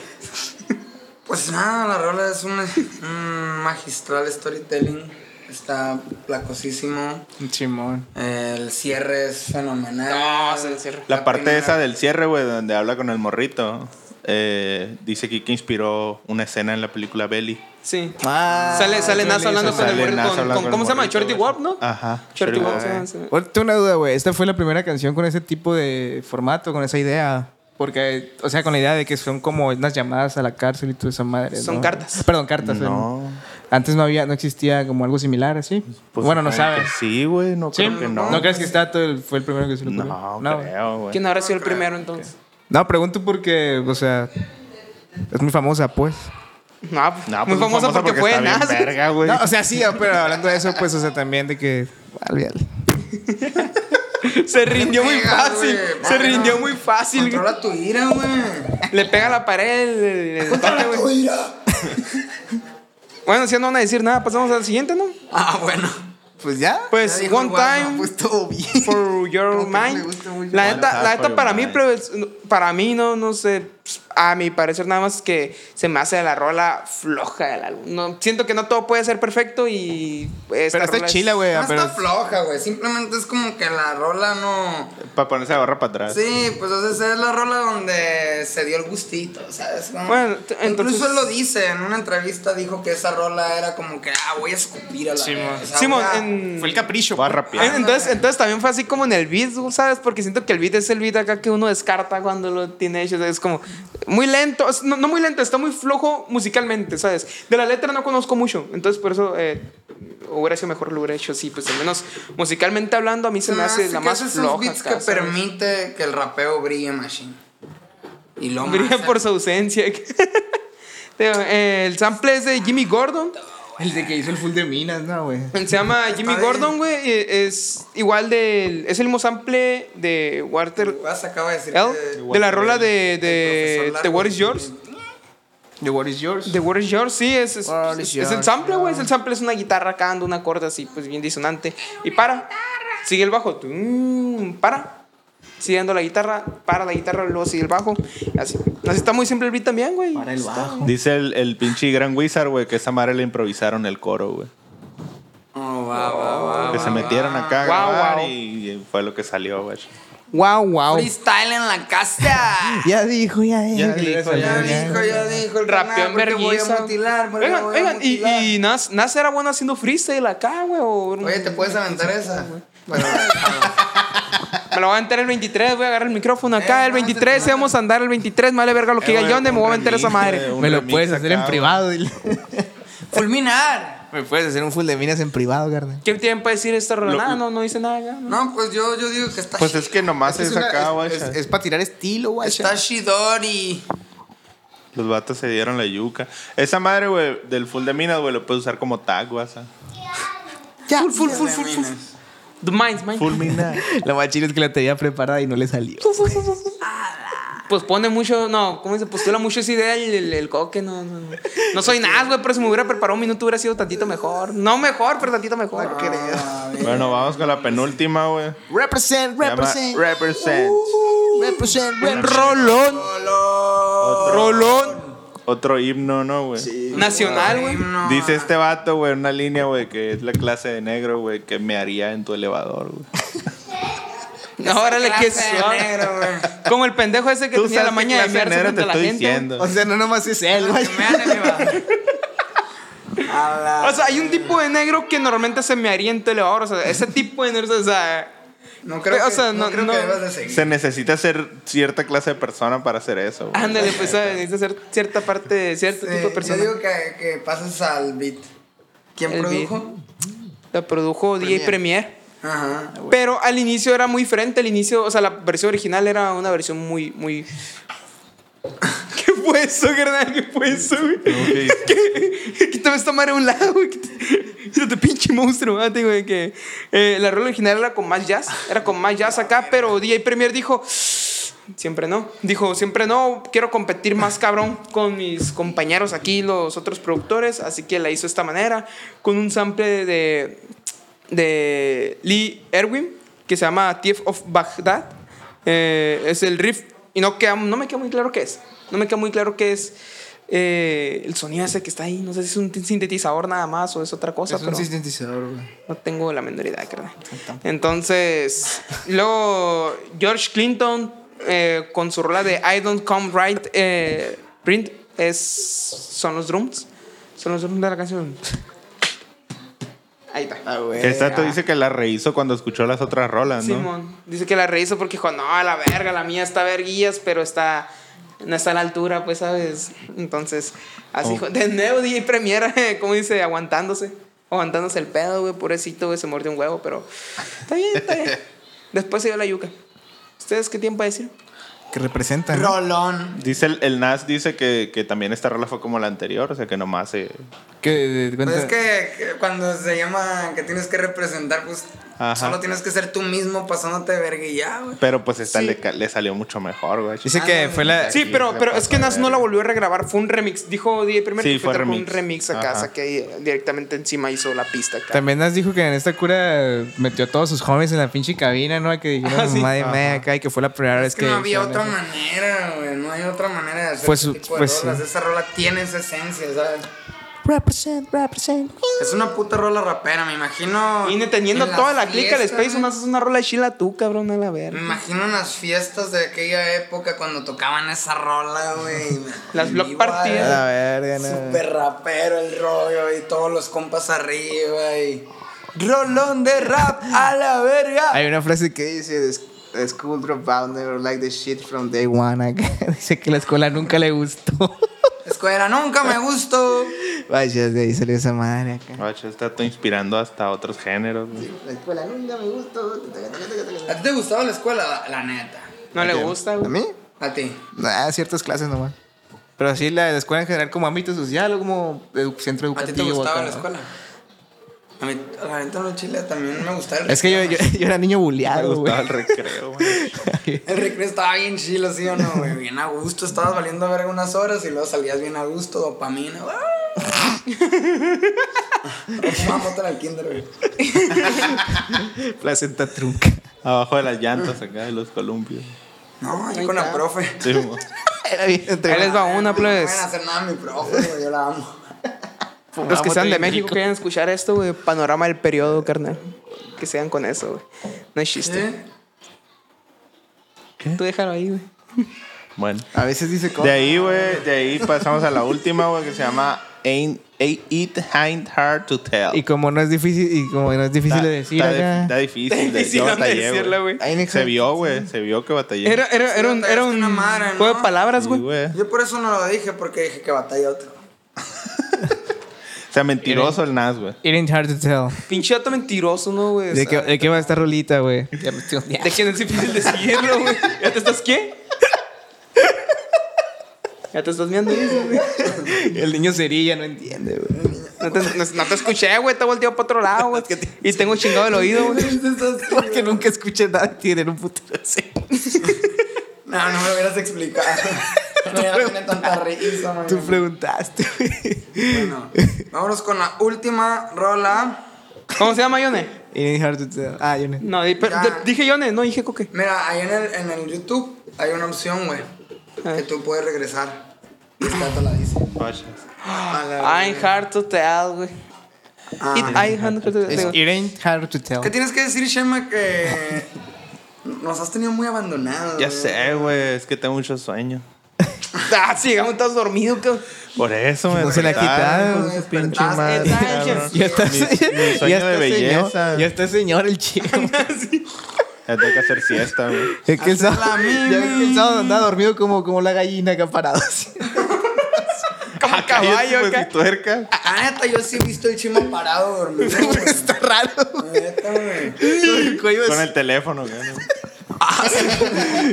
Speaker 1: Pues nada, la rola es un, un magistral storytelling. Está placosísimo.
Speaker 3: Chimón.
Speaker 1: El cierre es fenomenal.
Speaker 4: No, se encierra.
Speaker 2: La,
Speaker 1: La
Speaker 2: parte
Speaker 1: primera-
Speaker 2: esa del cierre, güey, donde habla con el morrito. eh, dice aquí que inspiró una escena en la película Belly.
Speaker 4: Sí.
Speaker 6: Ah,
Speaker 4: sale sale Nas hablando con el
Speaker 2: Sale
Speaker 4: morrito,
Speaker 2: Nas
Speaker 4: con-
Speaker 2: hablando
Speaker 4: con-
Speaker 2: con
Speaker 4: ¿Cómo
Speaker 2: el
Speaker 4: se llama?
Speaker 2: morrito,
Speaker 4: Shorty
Speaker 2: güey.
Speaker 4: Warp, ¿no?
Speaker 2: Ajá,
Speaker 4: Shorty
Speaker 2: Shorty
Speaker 4: Warp.
Speaker 2: Warp.
Speaker 4: se llama, se llama.
Speaker 3: Ahora, tengo una duda, güey. Esta fue la primera canción con ese tipo de formato, con esa idea. Porque, o sea, con la idea de que son como unas llamadas a la cárcel y toda esa madre.
Speaker 4: Son
Speaker 3: ¿no?
Speaker 4: cartas.
Speaker 3: Perdón, cartas.
Speaker 2: No.
Speaker 3: en- Antes Pues no había, no existía como algo similar así.
Speaker 2: Pues
Speaker 3: bueno, no
Speaker 2: supongo que
Speaker 3: sabes.
Speaker 2: Sí, güey, no
Speaker 3: Sí,
Speaker 2: creo que no.
Speaker 3: no. crees que está todo el- fue el primero que se lo ocurrió?
Speaker 2: No,
Speaker 3: güey.
Speaker 2: creo, güey.
Speaker 4: ¿Quién habrá sido el primero entonces?
Speaker 3: No, pregunto porque, o sea, es muy famosa, pues.
Speaker 4: No,
Speaker 2: No,
Speaker 4: muy
Speaker 2: pues,
Speaker 4: famoso, porque, fue
Speaker 2: está bien
Speaker 4: Nas.
Speaker 2: verga, güey.
Speaker 3: No, o sea, sí, pero hablando de eso, pues, o sea, también de que. olvídalo.
Speaker 4: <laughs> Se rindió muy
Speaker 1: Pega,
Speaker 4: fácil.
Speaker 1: güey.
Speaker 4: Se rindió
Speaker 1: Bueno,
Speaker 4: muy fácil. güey.
Speaker 1: Controla tu ira, güey.
Speaker 4: Le pega a la pared el- el- el toque, güey.
Speaker 1: ira.
Speaker 4: <laughs> Bueno, si no van a decir nada, pasamos al siguiente, ¿no?
Speaker 1: Ah, bueno.
Speaker 3: <laughs>
Speaker 6: Pues ya.
Speaker 4: Pues,
Speaker 1: Ya dijo
Speaker 4: One
Speaker 1: el guapo,
Speaker 4: Time
Speaker 6: Pues todo bien.
Speaker 4: for Your
Speaker 6: Como que no me
Speaker 4: Mind.
Speaker 6: gusta mucho.
Speaker 4: La
Speaker 2: One
Speaker 4: neta,
Speaker 2: Time for
Speaker 4: la neta
Speaker 2: Your
Speaker 4: para mí,
Speaker 2: Mind.
Speaker 4: pero es- para mí no, no sé, a mi parecer nada más que se me hace la rola floja del álbum. No, siento que no todo puede ser perfecto y... esta
Speaker 3: Pero está
Speaker 4: rola es-
Speaker 3: chila, güey.
Speaker 1: No
Speaker 3: pero-
Speaker 1: está floja, güey. Simplemente es como que la rola no.
Speaker 2: Para ponerse la barra para atrás.
Speaker 1: Sí, pues o sea, esa es la rola donde se dio el gustito, ¿sabes? Como-
Speaker 4: Bueno, t- entonces-
Speaker 1: Incluso él lo dice, en una entrevista dijo que esa rola era como que, ah, voy a escupir a la verga", o sea,
Speaker 4: Simón,
Speaker 1: una-
Speaker 4: en-
Speaker 3: Fue el capricho.
Speaker 2: Va a
Speaker 3: pues.
Speaker 2: rapear.
Speaker 4: en- Eh, entonces, entonces también fue así como en el beat, ¿sabes? Porque siento que el beat es el beat acá que uno descarta cuando lo tiene hecho. Es como muy lento, o sea, no, no muy lento, está muy flojo musicalmente, ¿sabes? De la letra no conozco mucho, entonces por eso eh, hubiera sido mejor lo hubiera hecho así, pues al menos musicalmente hablando a mí se me hace la
Speaker 1: Ah, que
Speaker 4: más
Speaker 1: es esos
Speaker 4: floja.
Speaker 1: beats
Speaker 4: acá,
Speaker 1: que
Speaker 4: ¿sabes?
Speaker 1: permite que el rapeo brille, machine. Y lo
Speaker 4: Brilla
Speaker 1: más-
Speaker 4: por su ausencia. <laughs> Te digo, eh, el sample es de Jimmy Gordon.
Speaker 3: El de que hizo el full de minas, ¿no, güey?
Speaker 4: Se llama Jimmy
Speaker 1: bien.
Speaker 4: Gordon, güey. eh, Es igual del. Es el mismo sample de Walter
Speaker 1: Vas, acaba de decir
Speaker 4: L.
Speaker 1: que-
Speaker 4: De la rola de.
Speaker 1: el
Speaker 4: De,
Speaker 1: profesor
Speaker 4: de What is
Speaker 1: Largo.
Speaker 4: Yours.
Speaker 3: The What Is Yours.
Speaker 4: De What is Yours, sí. Es, es,
Speaker 3: What
Speaker 4: es-
Speaker 3: is
Speaker 4: es el
Speaker 3: yours,
Speaker 4: sample, güey. Es el sample, es una guitarra acá, dando un acorde así, pues bien disonante. Y para. Sigue el bajo. tum, Para. siguiendo la guitarra, para la guitarra, luego sigue el bajo. Así, así está muy simple el beat también, güey.
Speaker 6: Para el bajo.
Speaker 2: Dice el, el pinche Gran Wizard, güey, que esa madre le improvisaron el coro, güey.
Speaker 1: Oh, wow, wow, wow.
Speaker 2: que se metieron acá a
Speaker 4: Guau,
Speaker 2: grabar
Speaker 4: guau.
Speaker 2: y y fue lo que salió, güey.
Speaker 3: Wow, wow.
Speaker 1: Freestyle en la casa.
Speaker 3: Ya dijo, ya dijo.
Speaker 2: Ya dijo,
Speaker 1: ya dijo, ya dijo. El
Speaker 4: Rapeó
Speaker 1: canal,
Speaker 4: en
Speaker 1: porque voy a
Speaker 4: vergüenza.
Speaker 1: mutilar. porque
Speaker 4: Oigan,
Speaker 1: voy a
Speaker 4: oigan, y,
Speaker 1: mutilar.
Speaker 4: y Nas, Nas era bueno haciendo freestyle acá, güey. o era un-
Speaker 1: Oye, ¿te puedes aventar esa? Pero, <laughs>
Speaker 4: Me lo voy a aventar el 23, voy a agarrar el micrófono acá.
Speaker 1: Eh,
Speaker 4: el 23,
Speaker 1: madre.
Speaker 4: vamos a andar el 23, me vale
Speaker 3: Eh,
Speaker 4: verga
Speaker 1: Eh,
Speaker 4: lo que diga Yonde, me voy a aventar esa madre.
Speaker 3: Me lo puedes hacer en privado. dile.
Speaker 1: fulminar.
Speaker 3: Me puedes hacer un full de minas en privado, carnal.
Speaker 4: ¿Qué tienen para decir esta rola?
Speaker 2: Lo-
Speaker 4: Nada, no, no dice nada. acá, ¿no?
Speaker 1: No, pues yo, yo digo que está
Speaker 2: Pues es
Speaker 1: shi-
Speaker 2: que nomás es,
Speaker 3: una-
Speaker 2: acá, güey.
Speaker 3: es, para tirar estilo, güey.
Speaker 1: Está Shidori.
Speaker 2: Los vatos se dieron la yuca. Esa madre, güey, del full de minas, güey, lo puedes usar como tag, güey. esa.
Speaker 3: Ya.
Speaker 4: Full, full, full, full, full. The minds, mind.
Speaker 2: Full mina.
Speaker 3: Lo más chido es que la tenía preparada y no le salió.
Speaker 4: Pues pone mucho, no, ¿cómo dice? Postula mucho esa idea el, el, el coque, no, no. no. No soy nada, güey, pero si me hubiera preparado un minuto hubiera sido tantito mejor. No mejor, pero tantito mejor.
Speaker 1: Ah, bien.
Speaker 2: bueno, vamos con la penúltima, güey.
Speaker 3: Represent,
Speaker 2: Se llama
Speaker 3: represent. Uh,
Speaker 2: Represent.
Speaker 3: represent,
Speaker 2: Un
Speaker 3: represent.
Speaker 4: Rolón,
Speaker 1: Solo.
Speaker 4: rolón.
Speaker 2: Otro himno, ¿no, güey?
Speaker 4: Nacional, güey.
Speaker 1: No.
Speaker 2: Dice este vato, güey, una línea, güey, que es la clase de negro, güey, que me haría en tu elevador, güey.
Speaker 4: Órale, que
Speaker 1: Clase de negro, güey.
Speaker 4: Como el pendejo ese que
Speaker 2: Tú
Speaker 4: tenía la
Speaker 2: sabes qué
Speaker 4: maña de
Speaker 2: clase de
Speaker 4: mearse
Speaker 2: negro te
Speaker 4: contra la
Speaker 2: estoy
Speaker 4: gente.
Speaker 2: diciendo.
Speaker 3: O sea, no nomás es él, güey.
Speaker 1: Que me hagan
Speaker 2: <laughs>
Speaker 1: elevar. A la-
Speaker 4: O sea, hay un tipo de negro que normalmente se me arienta el elevador. O sea, ese tipo de negro, o sea.
Speaker 1: No creo,
Speaker 4: o
Speaker 1: que,
Speaker 4: sea,
Speaker 1: no,
Speaker 4: no-
Speaker 1: creo
Speaker 4: no-
Speaker 1: que debas de seguir.
Speaker 2: Se necesita ser cierta clase de persona para hacer eso, güey.
Speaker 4: Ándale, pues, ¿sabes? necesita ser cierta parte de cierto
Speaker 1: Sí,
Speaker 4: este tipo de persona.
Speaker 1: Yo digo que, que pases al beat. ¿Quién
Speaker 4: El beat.
Speaker 1: produjo?
Speaker 4: La produjo DJ Premier.
Speaker 1: Ajá.
Speaker 4: Pero al inicio era muy diferente. Al inicio, o sea, la versión original era una versión muy, muy. <laughs> ¿Qué fue eso, carnal? ¿Qué fue eso, güey?
Speaker 2: Ok.
Speaker 4: <laughs> ¿Qué? Quítame esta madre a un lado, güey. <laughs> Quítate- Quítate, pinche monstruo, mate, güey. Que, eh, la rola original era con más jazz. Era con más jazz acá, pero DJ Premier dijo. Siempre no. Dijo, siempre no. Quiero competir más cabrón con mis compañeros aquí, los otros productores. Así que la hizo de esta manera. Con un sample de, de Lee Erwin, que se llama Thief of Baghdad. Eh, es el riff. Y no, queda, no me queda muy claro qué es. No me queda muy claro qué es eh, el sonido ese que está ahí. No sé si es un sintetizador nada más o es otra cosa.
Speaker 6: Es un
Speaker 4: pero...
Speaker 6: sintetizador, güey.
Speaker 4: No tengo la menor idea, carnal. Entonces, luego George Clinton eh, con su rola de I Don't Come Right eh, Print es, son los drums. Son los drums de la canción. Ahí está.
Speaker 6: Ah, güey.
Speaker 2: Que el Tato dice que la rehizo cuando escuchó las otras rolas, ¿no?
Speaker 4: Simón dice que la rehizo porque dijo, no, a la verga, la mía está verguillas, pero está no está a la altura, pues, ¿sabes? Entonces,
Speaker 2: Oh.
Speaker 4: así, dijo, de nuevo DJ Premiera, <laughs> como dice, aguantándose, aguantándose el pedo, güey, pobrecito, güey, se mordió un huevo, pero está bien,
Speaker 2: <laughs>
Speaker 4: está bien. Después se dio la yuca. ¿Ustedes qué tiempo a decir?
Speaker 3: Que representan.
Speaker 1: Rolón.
Speaker 2: Dice el, el Nas, dice que, que también esta rola fue como la anterior, o sea que nomás se...
Speaker 3: Que,
Speaker 1: Pues es que, que cuando se llama que tienes que representar, pues
Speaker 2: Ajá.
Speaker 1: solo tienes que ser tú mismo pasándote de verga y ya, güey.
Speaker 2: Pero pues esta
Speaker 4: Sí.
Speaker 2: le, ca- le salió mucho mejor, güey.
Speaker 3: Dice que fue la.
Speaker 4: Sí,
Speaker 2: Sí,
Speaker 4: pero,
Speaker 2: se
Speaker 4: pero
Speaker 2: pasa
Speaker 4: es que Nas
Speaker 2: de
Speaker 4: no la
Speaker 2: verga.
Speaker 4: volvió a regrabar, fue un remix, dijo DJ Premiera
Speaker 2: Sí,
Speaker 4: que
Speaker 2: fue
Speaker 4: tal,
Speaker 2: remix.
Speaker 4: un remix acá,
Speaker 2: Ajá.
Speaker 4: o sea, que directamente encima hizo la pista acá.
Speaker 3: También Nas dijo que en esta cura metió a todos sus jóvenes en la pinche cabina, ¿no? Que dijeron,
Speaker 4: Ah, sí.
Speaker 3: madre mía, acá, y que fue la primera vez
Speaker 1: Es que
Speaker 3: que.
Speaker 1: no había
Speaker 3: hicieron
Speaker 1: otra
Speaker 3: eso.
Speaker 1: manera, güey. No hay otra manera de hacer
Speaker 3: Pues
Speaker 1: ese
Speaker 3: su-
Speaker 1: tipo de
Speaker 3: pues
Speaker 1: rolas.
Speaker 3: sí.
Speaker 1: Esa rola tiene esa esencia, ¿sabes?
Speaker 5: Represent, represent.
Speaker 1: Es una puta rola rapera, me imagino.
Speaker 4: Y teniendo
Speaker 1: en las
Speaker 4: toda la clica del
Speaker 1: fiestas,
Speaker 4: Space,
Speaker 1: güey.
Speaker 4: más es una rola de Sheila tú, cabrón, a la
Speaker 1: Me
Speaker 4: verga.
Speaker 1: imagino en las fiestas de aquella época cuando tocaban esa rola,
Speaker 3: <laughs>
Speaker 1: güey.
Speaker 4: Las block
Speaker 1: Igual,
Speaker 4: parties.
Speaker 3: A la verga, no.
Speaker 1: Super rapero el rollo y todos los compas arriba y. Rolón de rap a la verga.
Speaker 3: Hay una frase que
Speaker 6: ¿Qué dice? The sc- The school dropout never liked the shit from day
Speaker 3: de
Speaker 6: one.
Speaker 3: Juana, que <laughs> dice que la escuela nunca
Speaker 1: <laughs>
Speaker 3: le gustó.
Speaker 1: Escuela nunca me gustó.
Speaker 3: Vaya, de ahí salió esa madre acá.
Speaker 2: Guacho, el Tato Ah, este inspirando hasta otros géneros, güey.
Speaker 6: La escuela nunca me gustó.
Speaker 1: ¿A ti te gustaba la escuela? La neta.
Speaker 4: No le gusta,
Speaker 3: ¿A
Speaker 4: güey.
Speaker 3: mí?
Speaker 1: A ti.
Speaker 3: Ah, ciertas clases nomás. Pero sí, la, la escuela en general, como ámbito social o como edu- centro
Speaker 1: ¿A ti
Speaker 3: educativo.
Speaker 1: te gustaba
Speaker 3: acá,
Speaker 1: la
Speaker 3: ¿no?
Speaker 1: escuela? A mí, la neta, no chile también me gustaba el
Speaker 3: Es que yo, yo, <laughs> yo era niño
Speaker 2: Me
Speaker 3: buleado, güey.
Speaker 2: gustaba el recreo, güey.
Speaker 1: El recreo estaba bien chilo, ¿sí o
Speaker 3: <laughs>
Speaker 1: no, güey? Bien a gusto, estabas valiendo verga unas horas y luego salías bien a gusto, dopamina.
Speaker 3: <laughs>
Speaker 1: ¡ah! Vamos a botar al kinder, güey.
Speaker 3: <laughs> Placenta trunca.
Speaker 2: Abajo de las llantas acá, de los columpios.
Speaker 1: No, yo con la profe.
Speaker 2: Sí, mo.
Speaker 4: Era bien Ahí les va una,
Speaker 1: No
Speaker 2: pues.
Speaker 4: plebes.
Speaker 3: pues.
Speaker 1: van a hacer nada a mi profe, güey, yo la amo.
Speaker 4: Los que sean de México que vayan a escuchar esto, güey. Panorama del periodo, carnal. Que sean con eso, güey. No es chiste.
Speaker 1: ¿Sí?
Speaker 4: Tú déjalo ahí, güey.
Speaker 2: Bueno.
Speaker 6: A veces dice
Speaker 2: De
Speaker 6: cosas.
Speaker 2: ahí, güey, de ahí pasamos a la última, güey, que se llama Ain't, ain't It Ain't Hard to Tell.
Speaker 3: Y como no es difícil, y como no es difícil de decir
Speaker 2: está,
Speaker 3: acá.
Speaker 2: Está difícil. de-
Speaker 4: Difícil
Speaker 2: yo
Speaker 4: de
Speaker 2: batallé,
Speaker 4: decirla, güey.
Speaker 2: Se vio, güey. Se vio que batallé.
Speaker 4: Era, era, era un, era un
Speaker 1: Una madre,
Speaker 4: juego de
Speaker 1: ¿no?
Speaker 4: palabras,
Speaker 2: Sí,
Speaker 4: güey.
Speaker 2: güey.
Speaker 1: Yo por eso no lo dije, porque dije que batalla otro.
Speaker 2: O sea, mentiroso el Nas, güey.
Speaker 3: It ain't hard to tell.
Speaker 4: Pinche dato mentiroso, ¿no, güey? O
Speaker 3: ¿De qué,
Speaker 4: sea,
Speaker 3: de qué va esta rolita, güey?
Speaker 6: Ya me estoy hundiendo.
Speaker 4: De que no es difícil decirlo, güey. ¿Ya te estás qué? ¿Ya te estás viendo eso, güey?
Speaker 3: El niño cerilla no entiende, güey.
Speaker 4: No te, no- no te escuché, güey. Te volteó para otro lado, güey. Y tengo chingado el oído, güey.
Speaker 3: Porque nunca escuché nada de tienen un puto
Speaker 1: No, no me lo hubieras explicado. No hubiera tenido tanta risa, man.
Speaker 3: Tú preguntaste, güey.
Speaker 1: Bueno, vámonos con la última rola.
Speaker 4: ¿Cómo se llama, Yone?
Speaker 3: It ain't hard to tell. Ah, yo no.
Speaker 4: No, di- per-
Speaker 1: Ya.
Speaker 4: de- dije Yone, no dije Coque.
Speaker 1: Mira, ahí en el, en el YouTube hay una opción, güey,
Speaker 2: Ah.
Speaker 4: A
Speaker 1: que
Speaker 4: ver.
Speaker 1: tú puedes regresar. Y esta te la dice.
Speaker 2: Ah,
Speaker 1: A la-
Speaker 4: I'm hard to tell, güey.
Speaker 1: Ah.
Speaker 4: It- I'm hard to
Speaker 3: Es
Speaker 4: tell.
Speaker 3: It ain't hard to tell.
Speaker 1: ¿Qué tienes que decir, Shema, que nos has tenido muy abandonados?
Speaker 2: Ya
Speaker 1: güey?
Speaker 2: sé, güey. Es que tengo mucho sueño.
Speaker 4: Ah, sí, llegamos, estás dormido, cabrón.
Speaker 2: Por eso me
Speaker 3: No Pues se la
Speaker 2: despertaron,
Speaker 1: quitaron,
Speaker 3: Pues,
Speaker 2: su pinche
Speaker 1: despertaste,
Speaker 2: madre,
Speaker 4: Sánchez.
Speaker 2: cabrón.
Speaker 3: Ya está,
Speaker 2: Mi- mi
Speaker 3: ya
Speaker 2: sueño
Speaker 3: está
Speaker 2: de belleza.
Speaker 3: Señor, ya está señor el <laughs> chico.
Speaker 2: Ya tengo que hacer siesta, <laughs> güey.
Speaker 3: Es que el
Speaker 1: Hazla
Speaker 3: sábado,
Speaker 1: mimi.
Speaker 3: ya ves que el sábado andaba dormido como, como la gallina acá parado. así. <laughs>
Speaker 4: Como
Speaker 2: <laughs>
Speaker 4: caballo,
Speaker 2: Cállate, pues,
Speaker 4: acá.
Speaker 2: y tuerca.
Speaker 1: La neta, yo sí he visto el Chema parado dormido.
Speaker 2: <laughs>
Speaker 1: güey.
Speaker 3: Está raro. <laughs>
Speaker 1: La neta, güey.
Speaker 3: El cuello
Speaker 2: Con
Speaker 3: es...
Speaker 2: el teléfono, güey.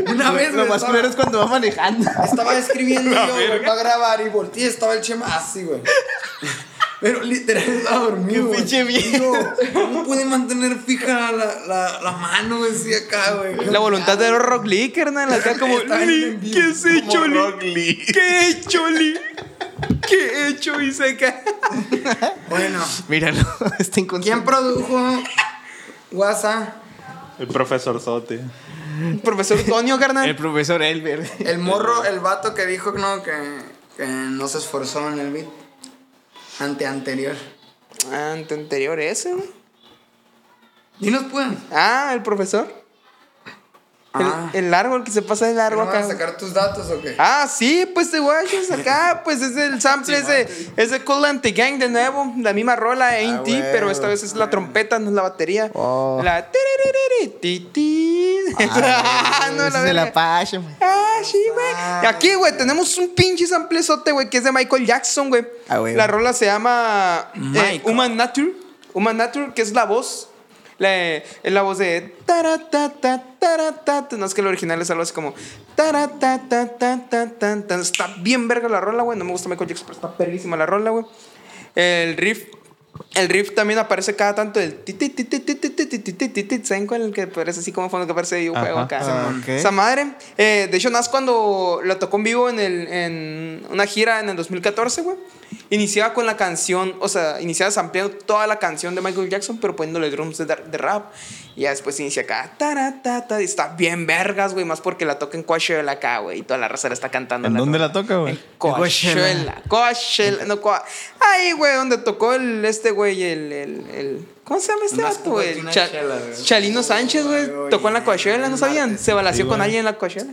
Speaker 1: Una vez
Speaker 3: Lo
Speaker 1: güey,
Speaker 3: más
Speaker 1: estaba-
Speaker 3: culero es cuando va manejando.
Speaker 1: Estaba
Speaker 4: <laughs>
Speaker 1: escribiendo yo, güey, para grabar y volteé, estaba el Chema así, güey. <laughs> Pero literal estaba dormido. güey.
Speaker 3: pinche
Speaker 1: Y yo, ¿Cómo pude mantener fija la, la, la mano, güey, así acá, güey?
Speaker 4: La voluntad de Rock Lee, carnal. Acá como.
Speaker 1: Está bien
Speaker 4: Lee,
Speaker 1: en vivo.
Speaker 4: ¿Qué has hecho, Lee?
Speaker 2: Rock Lee.
Speaker 4: ¿Qué he hecho, Lee? ¿Qué he hecho, Isaac?
Speaker 1: Bueno,
Speaker 3: Míralo, <laughs> está inconsciente.
Speaker 1: ¿quién produjo WhatsApp?
Speaker 2: El profesor Sote.
Speaker 4: Profesor Tonio,
Speaker 3: El
Speaker 4: carnal.
Speaker 3: profesor Elber.
Speaker 1: El morro, el vato que dijo no, que, que no se esforzó en el beat. Ante anterior.
Speaker 4: Ah, Ante anterior ese, güey.
Speaker 1: Dinos, pues.
Speaker 4: Ah, el profesor. El,
Speaker 1: Ah.
Speaker 4: el largo, el que se pasa el
Speaker 1: ¿No
Speaker 4: largo
Speaker 1: vas
Speaker 4: acá.
Speaker 1: a
Speaker 4: güey.
Speaker 1: sacar tus datos o qué?
Speaker 4: Ah, sí, pues de
Speaker 3: <laughs>
Speaker 4: guayos acá, pues es el sample, es de, es de Cool Anti Gang de nuevo, la misma
Speaker 3: Ah,
Speaker 4: rola AT, pero esta vez es la trompeta, no es la batería.
Speaker 3: Oh. <laughs> Ah,
Speaker 4: La tiririri, ti, ti. <laughs> No,
Speaker 3: Ese es de la
Speaker 4: verga.
Speaker 3: Apache, man.
Speaker 4: Ah, sí, güey. Y aquí, güey, tenemos un pinche samplezote, güey, que es de Michael Jackson, güey.
Speaker 3: Ah, güey.
Speaker 4: La rola se llama eh, Human Nature. Human Nature, que es la voz. La, es la voz de. taratata, taratata. No es que el original es algo así como. taratata, tan, tan, tan, tan. Está bien verga la rola, güey. No me gusta Michael Jackson, pero está perrísima la rola, güey. El riff. El riff también aparece cada tanto el ti ti ti ti ti ti ti ti ti ti ti ti ¿saben cuál? El que aparece así como fondo que aparece de un juego
Speaker 2: Ajá.
Speaker 4: acá.
Speaker 3: Ah, ok.
Speaker 4: Esa madre. Eh, de hecho, Nas cuando la tocó en vivo en, el, en una gira en el 2014, güey. Iniciaba con la canción, o sea, iniciaba ampliando toda la canción de Michael Jackson, pero poniéndole drums de, de rap. Y ya después inicia acá. taratata, y está bien vergas, güey. Más porque la toca en Coachella acá, güey. Y toda la raza la está cantando.
Speaker 2: ¿En
Speaker 4: la
Speaker 2: dónde
Speaker 4: rola.
Speaker 2: la toca, güey?
Speaker 4: Coachella. Coachella. No, Coa- Ahí, güey, donde tocó el, este güey, el, el, el- ¿Cómo se llama este
Speaker 1: Andas
Speaker 4: vato,
Speaker 1: como
Speaker 4: güey?
Speaker 1: aquí una
Speaker 4: Cha-
Speaker 1: chela, güey.
Speaker 4: Chalino Sánchez, güey.
Speaker 1: Ay,
Speaker 4: Tocó en la
Speaker 1: oye,
Speaker 4: Coachella, ¿no
Speaker 1: el
Speaker 4: sabían?
Speaker 1: martes.
Speaker 4: Se balació
Speaker 2: Sí,
Speaker 4: con
Speaker 2: güey.
Speaker 4: alguien en la Coachella.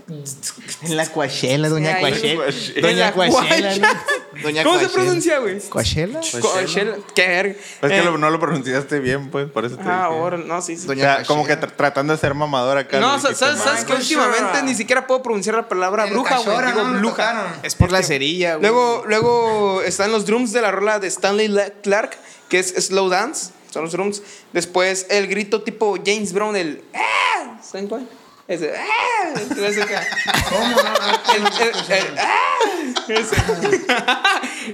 Speaker 3: En la Coachella, doña
Speaker 4: Ahí,
Speaker 3: Coachella.
Speaker 2: güey.
Speaker 3: Doña
Speaker 4: La
Speaker 3: Coachella, ¿no? Doña
Speaker 4: <laughs> ¿Cómo se
Speaker 3: Coachella.
Speaker 4: pronuncia, güey?
Speaker 3: ¿Coachella?
Speaker 4: Coachella. Qué verga.
Speaker 2: Es que
Speaker 4: Eh,
Speaker 2: lo- no lo pronunciaste bien, pues, por eso te
Speaker 4: Ah,
Speaker 2: dije.
Speaker 4: ahora, no, sí, sí.
Speaker 2: O sea, como que tra- tratando de ser mamador acá.
Speaker 4: no,
Speaker 2: lo
Speaker 4: sa-
Speaker 2: dijiste
Speaker 4: ¿sabes,
Speaker 2: mal.
Speaker 4: sabes que últimamente
Speaker 1: Coachella.
Speaker 4: ni siquiera puedo pronunciar la palabra
Speaker 1: En
Speaker 4: bruja, güey?
Speaker 1: Cachora,
Speaker 4: Digo,
Speaker 1: ¿no? Lo
Speaker 4: luja.
Speaker 1: tocaron.
Speaker 3: Es por la cerilla, güey.
Speaker 4: Luego, luego están los drums de la rola de Stanley Le- Clark, que es Slow Dance. Son los drums. Después el grito tipo James Brown, el. "Ah", ¿Saben cuál? Ese. "Ah", que hace acá.
Speaker 1: ¿Cómo? No, no,
Speaker 4: El- el- el, "Ah", ese.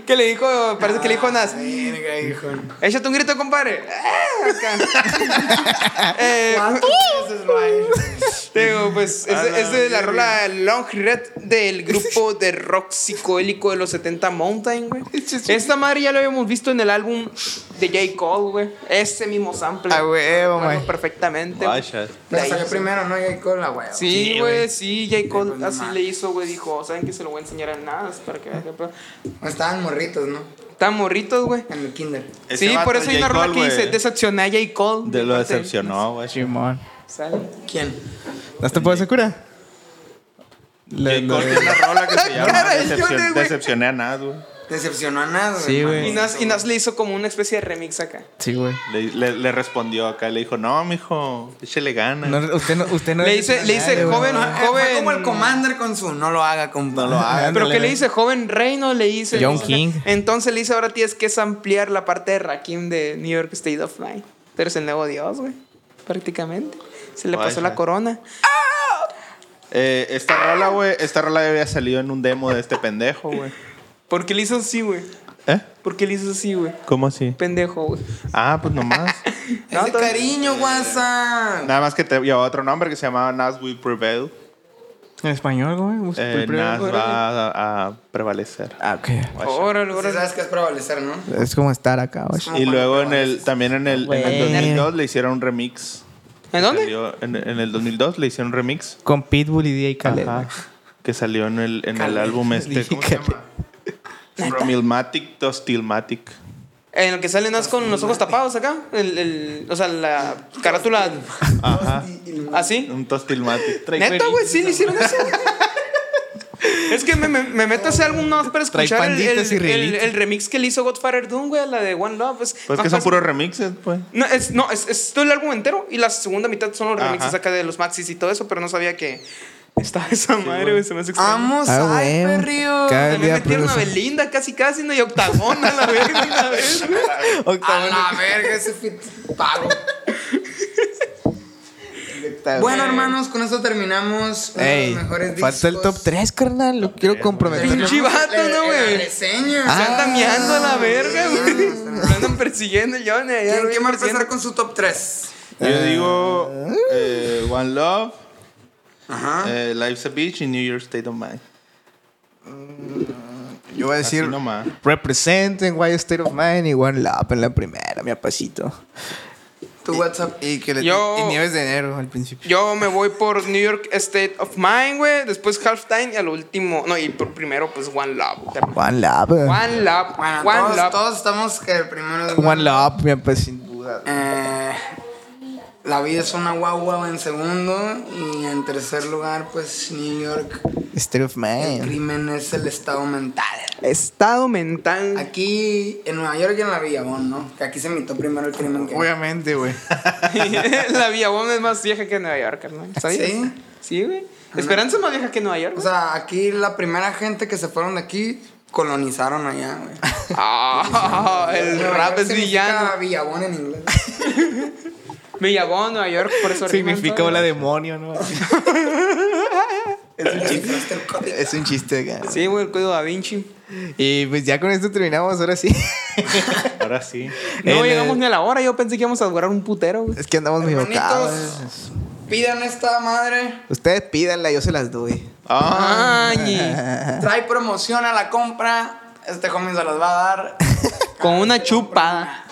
Speaker 4: <laughs> que le dijo, parece que le dijo a Nas.
Speaker 1: Verga, hijo.
Speaker 4: Échate un grito, compadre. "Ah", acá. Eh,
Speaker 1: ¿Cuántas veces lo ha hecho?
Speaker 4: Te Digo, pues es,
Speaker 2: Ah, no,
Speaker 4: es de la
Speaker 2: sí,
Speaker 4: rola Long Red del grupo
Speaker 2: <laughs>
Speaker 4: de rock psicodélico de los 70 Mountain, güey. Esta madre ya lo habíamos visto en el álbum de J. Cole, güey. Ese mismo sample.
Speaker 2: Ah,
Speaker 3: A huevo,
Speaker 4: Me acuerdo
Speaker 3: man.
Speaker 4: Perfectamente. güey.
Speaker 2: Vaya.
Speaker 4: De
Speaker 1: Pero
Speaker 4: ahí
Speaker 1: salió
Speaker 4: se-
Speaker 1: primero, ¿no? Y ahí con la wea.
Speaker 4: Sí, güey, sí, J. Cole
Speaker 1: Pues, no
Speaker 4: así
Speaker 1: mames.
Speaker 4: le hizo, güey, dijo, ¿saben que se lo voy a enseñar a nada? Para que vean qué pedo".
Speaker 1: Estaban morritos, ¿no?
Speaker 4: Están morritos, güey.
Speaker 1: En el kinder.
Speaker 2: Ese
Speaker 4: Sí,
Speaker 2: vato,
Speaker 4: por eso hay
Speaker 2: J.
Speaker 4: una rola
Speaker 2: Cole,
Speaker 4: que dice,
Speaker 2: güey,
Speaker 4: decepcioné a J. Cole.
Speaker 2: de lo
Speaker 4: Parte-
Speaker 2: decepcionó,
Speaker 3: Ah,
Speaker 2: güey.
Speaker 3: Chimón.
Speaker 4: Sale.
Speaker 1: ¿Quién?
Speaker 3: ¿No has topado esa cura? La-
Speaker 2: J.
Speaker 3: la-
Speaker 2: Cole tiene una rola que se llama
Speaker 4: cara del
Speaker 2: Decepcion-
Speaker 4: Johnny, güey.
Speaker 2: Decepcioné a Nat, güey.
Speaker 1: Decepcionó a nada.
Speaker 3: Sí, güey.
Speaker 4: Y Nas, y Nas le hizo como una especie de remix acá.
Speaker 3: Sí, güey.
Speaker 2: Le, le- le respondió acá, le dijo, no, mijo, échele ganas.
Speaker 3: No, usted no, usted no
Speaker 4: Le
Speaker 3: es
Speaker 4: dice- le dice,
Speaker 3: excepcional,
Speaker 4: joven,
Speaker 3: güey.
Speaker 1: Ah, fue
Speaker 4: Joven.
Speaker 1: como el Commander con su no lo haga, compa. No lo haga.
Speaker 4: Pero
Speaker 3: Ándale,
Speaker 4: que le
Speaker 3: güey.
Speaker 4: dice joven reino, le dice.
Speaker 3: John
Speaker 4: le dice-
Speaker 3: King.
Speaker 4: Entonces le dice, ahora tienes que ampliar la parte de Rakim de New York State of Mind. Tú eres el nuevo dios, güey. Prácticamente. Se le pasó
Speaker 2: Vaya.
Speaker 4: la corona.
Speaker 2: Eh, esta rola, güey, esta rola ya había salido en un demo de este pendejo, güey.
Speaker 4: ¿Por qué le hizo así, güey?
Speaker 2: ¿Eh?
Speaker 4: ¿Por qué le hizo así, güey?
Speaker 2: ¿Cómo así?
Speaker 4: Pendejo, güey.
Speaker 2: Ah, pues nomás.
Speaker 4: No,
Speaker 1: Ese
Speaker 4: todo-
Speaker 1: cariño, guasa.
Speaker 2: Nada más que te llevaba otro nombre que se llamaba Nas Will Prevail.
Speaker 3: En español, güey.
Speaker 2: Eh, Nas
Speaker 3: Órale.
Speaker 2: va a, a prevalecer.
Speaker 3: Ah, ok.
Speaker 4: Órale,
Speaker 1: Pues Sí
Speaker 4: órale.
Speaker 1: sabes que es prevalecer, ¿no?
Speaker 3: Es como estar acá, güey.
Speaker 1: como
Speaker 2: Y
Speaker 1: cuando
Speaker 2: luego en el,
Speaker 1: prevaleces.
Speaker 2: también en el, en el
Speaker 3: Güey.
Speaker 2: 2002 le hicieron un remix.
Speaker 4: ¿En dónde?
Speaker 2: Salió En, en el 2002 le hicieron un remix.
Speaker 3: Con Pitbull y DJ Khaled.
Speaker 2: Ajá. Que salió en el, en el
Speaker 1: Khaled.
Speaker 2: álbum
Speaker 1: <laughs>
Speaker 2: este. ¿Cómo se llama? Promilmatic to Stillmatic.
Speaker 4: En lo que sale Nas con los ojos tapados acá. El, el- o sea, la carátula.
Speaker 2: Ajá.
Speaker 4: Así.
Speaker 2: Un Tostilmatic.
Speaker 4: Neta, güey, sí le hicieron eso. <laughs> es que me, me, me meto a ese álbum nada más para
Speaker 3: Trae
Speaker 4: escuchar el, el,
Speaker 3: panditas y
Speaker 4: el-
Speaker 3: rielitos.
Speaker 4: el remix que le hizo Godfather Doom, güey, a la de One Love. Es,
Speaker 2: Pues
Speaker 4: más
Speaker 2: que son
Speaker 4: fácil.
Speaker 2: puros remixes, pues.
Speaker 4: No, es, no es, es todo el álbum entero y la segunda mitad son los remixes
Speaker 2: Ajá.
Speaker 4: acá de los maxis y todo eso, pero no sabía que estaba esa madre, güey, se me hace extraño.
Speaker 1: Amo
Speaker 3: Ah, güey.
Speaker 1: Cypher, Río.
Speaker 3: Cada
Speaker 4: También
Speaker 3: día
Speaker 4: metieron a
Speaker 3: produce.
Speaker 4: Belinda casi casi, no, y Octagona, la verga, la verga.
Speaker 1: A
Speaker 3: Ah,
Speaker 1: la verga, ese fit
Speaker 3: <laughs>
Speaker 1: pago. Bueno, hermanos, con eso terminamos. uno de los
Speaker 3: Ey,
Speaker 1: mejores discos.
Speaker 3: falta el top 3, carnal. Lo quiero comprometer.
Speaker 1: Terminamos
Speaker 4: Pinche vato,
Speaker 1: la-
Speaker 4: ¿no, güey?
Speaker 1: la reseña.
Speaker 4: Se andan miando a la verga, güey.
Speaker 1: Ah,
Speaker 4: <laughs> Lo andan persiguiendo, Johnny. allá
Speaker 1: ¿Quién
Speaker 4: lo
Speaker 1: quién va a
Speaker 4: persiguiendo.
Speaker 1: empezar con su top 3?
Speaker 2: Yo digo eh, One Love,
Speaker 1: Ajá.
Speaker 2: eh, Life's a Beach y New Year's State of Mind.
Speaker 3: <laughs> Yo voy a
Speaker 2: Así
Speaker 3: decir
Speaker 2: nomás.
Speaker 3: Representen Why State of Mind y One Love en la primera, mi apacito.
Speaker 1: Tu WhatsApp.
Speaker 3: Y que le
Speaker 4: Yo-
Speaker 3: y Nieves de Enero al principio.
Speaker 4: Yo me voy por New York State of Mind, güey. Después Halftime y al último. No, y por primero, pues One Love. carnal.
Speaker 3: One Love. One,
Speaker 4: One Love.
Speaker 1: Bueno,
Speaker 4: One
Speaker 1: todos,
Speaker 4: Love.
Speaker 1: todos estamos que el primero es
Speaker 3: Love, mi apacito, sin duda.
Speaker 1: Eh, la vida es una guagua en segundo. Y en tercer lugar, pues New York.
Speaker 3: State of
Speaker 1: El
Speaker 4: Eh.
Speaker 3: Mind.
Speaker 1: crimen es el estado mental.
Speaker 4: Estado mental.
Speaker 1: Aquí en Nueva York y en la Villabón, ¿no? Que aquí se invitó primero el crimen que.
Speaker 3: Obviamente, <laughs> güey.
Speaker 4: <laughs> la Villabón es más vieja que Nueva York, carnal. ¿Sabías?
Speaker 1: ¿Sí?
Speaker 4: Sí, güey. Esperanza es más vieja que Nueva York.
Speaker 1: O
Speaker 4: güey.
Speaker 1: sea, aquí la primera gente que se fueron de aquí colonizaron allá, güey.
Speaker 4: <laughs>
Speaker 1: <laughs>
Speaker 4: Ah, el
Speaker 1: Nueva
Speaker 4: rap
Speaker 1: York
Speaker 4: es
Speaker 1: significa
Speaker 4: villano.
Speaker 1: Villabón en inglés.
Speaker 4: Villabón, Nueva York, por eso riman
Speaker 3: Significa
Speaker 4: todas.
Speaker 3: hola demonio, <laughs>
Speaker 1: <laughs>
Speaker 3: ¿no?
Speaker 1: es un chiste, es el código.
Speaker 3: es un chiste, güey.
Speaker 4: Sí, güey, el código da Vinci.
Speaker 3: Y pues ya con esto terminamos, ahora <laughs> sí.
Speaker 2: Ahora
Speaker 1: <laughs>
Speaker 2: sí.
Speaker 4: No
Speaker 3: El,
Speaker 4: llegamos
Speaker 3: eh,
Speaker 4: ni a la hora. Yo pensé que íbamos a durar un putero, güey.
Speaker 3: Es que andamos medio
Speaker 1: Hermanitos.
Speaker 3: bocados.
Speaker 1: Pidan esta madre.
Speaker 3: Ustedes pídanla, yo se las doy.
Speaker 2: Ah,
Speaker 4: Ay,
Speaker 1: Trae promoción a la compra. Este homie se las va a dar.
Speaker 4: con una chupada.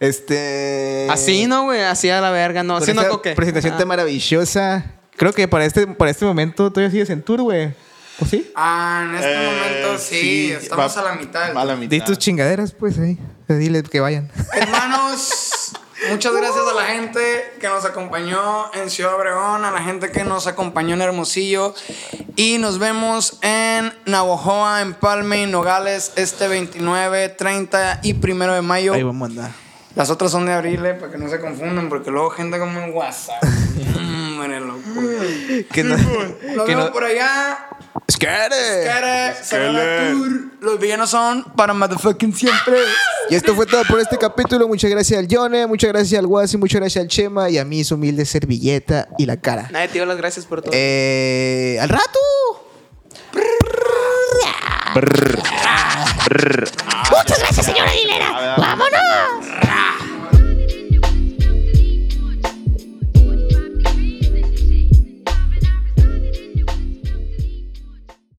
Speaker 3: Este.
Speaker 4: Así no, güey, así a la verga, no,
Speaker 3: Con
Speaker 4: así no
Speaker 3: esta
Speaker 4: toque.
Speaker 3: Presentación
Speaker 4: Ah.
Speaker 3: tan maravillosa. Creo que para este, para este momento todavía sigues en tour, güey. ¿O sí?
Speaker 1: Ah, en este
Speaker 2: eh,
Speaker 1: momento sí, estamos
Speaker 2: va-
Speaker 1: a la mitad.
Speaker 2: A la
Speaker 3: Di
Speaker 2: mitad.
Speaker 3: tus chingaderas, pues ahí. Dile que vayan.
Speaker 1: Hermanos, muchas gracias a la gente que nos acompañó en Ciudad Obregón, a la gente que nos acompañó en Hermosillo. Y nos vemos en Navojoa, en Palme y Nogales este 29, 30 y 1 de mayo.
Speaker 3: Ahí vamos a andar.
Speaker 1: Las otras son de abril, eh, para que no se confundan, porque luego gente como en
Speaker 3: <laughs>
Speaker 1: WhatsApp. Hombre, loco.
Speaker 3: <laughs> Que no.
Speaker 1: Nos
Speaker 3: que
Speaker 1: vemos
Speaker 3: no. Eh,
Speaker 1: por allá.
Speaker 3: ¡Skate!
Speaker 1: Cara, Sonora Tour. Los villanos son para motherfucking siempre.
Speaker 3: Y esto fue todo por este capítulo. Muchas gracias al Yone, muchas gracias al Guasi, muchas gracias al Chema y a mí, su humilde servilleta y la cara.
Speaker 4: Nadie te dio las gracias por todo.
Speaker 3: Eh, ¡Al rato!
Speaker 5: Muchas gracias, señora
Speaker 2: A ver,
Speaker 5: Aguilera.
Speaker 2: a ver,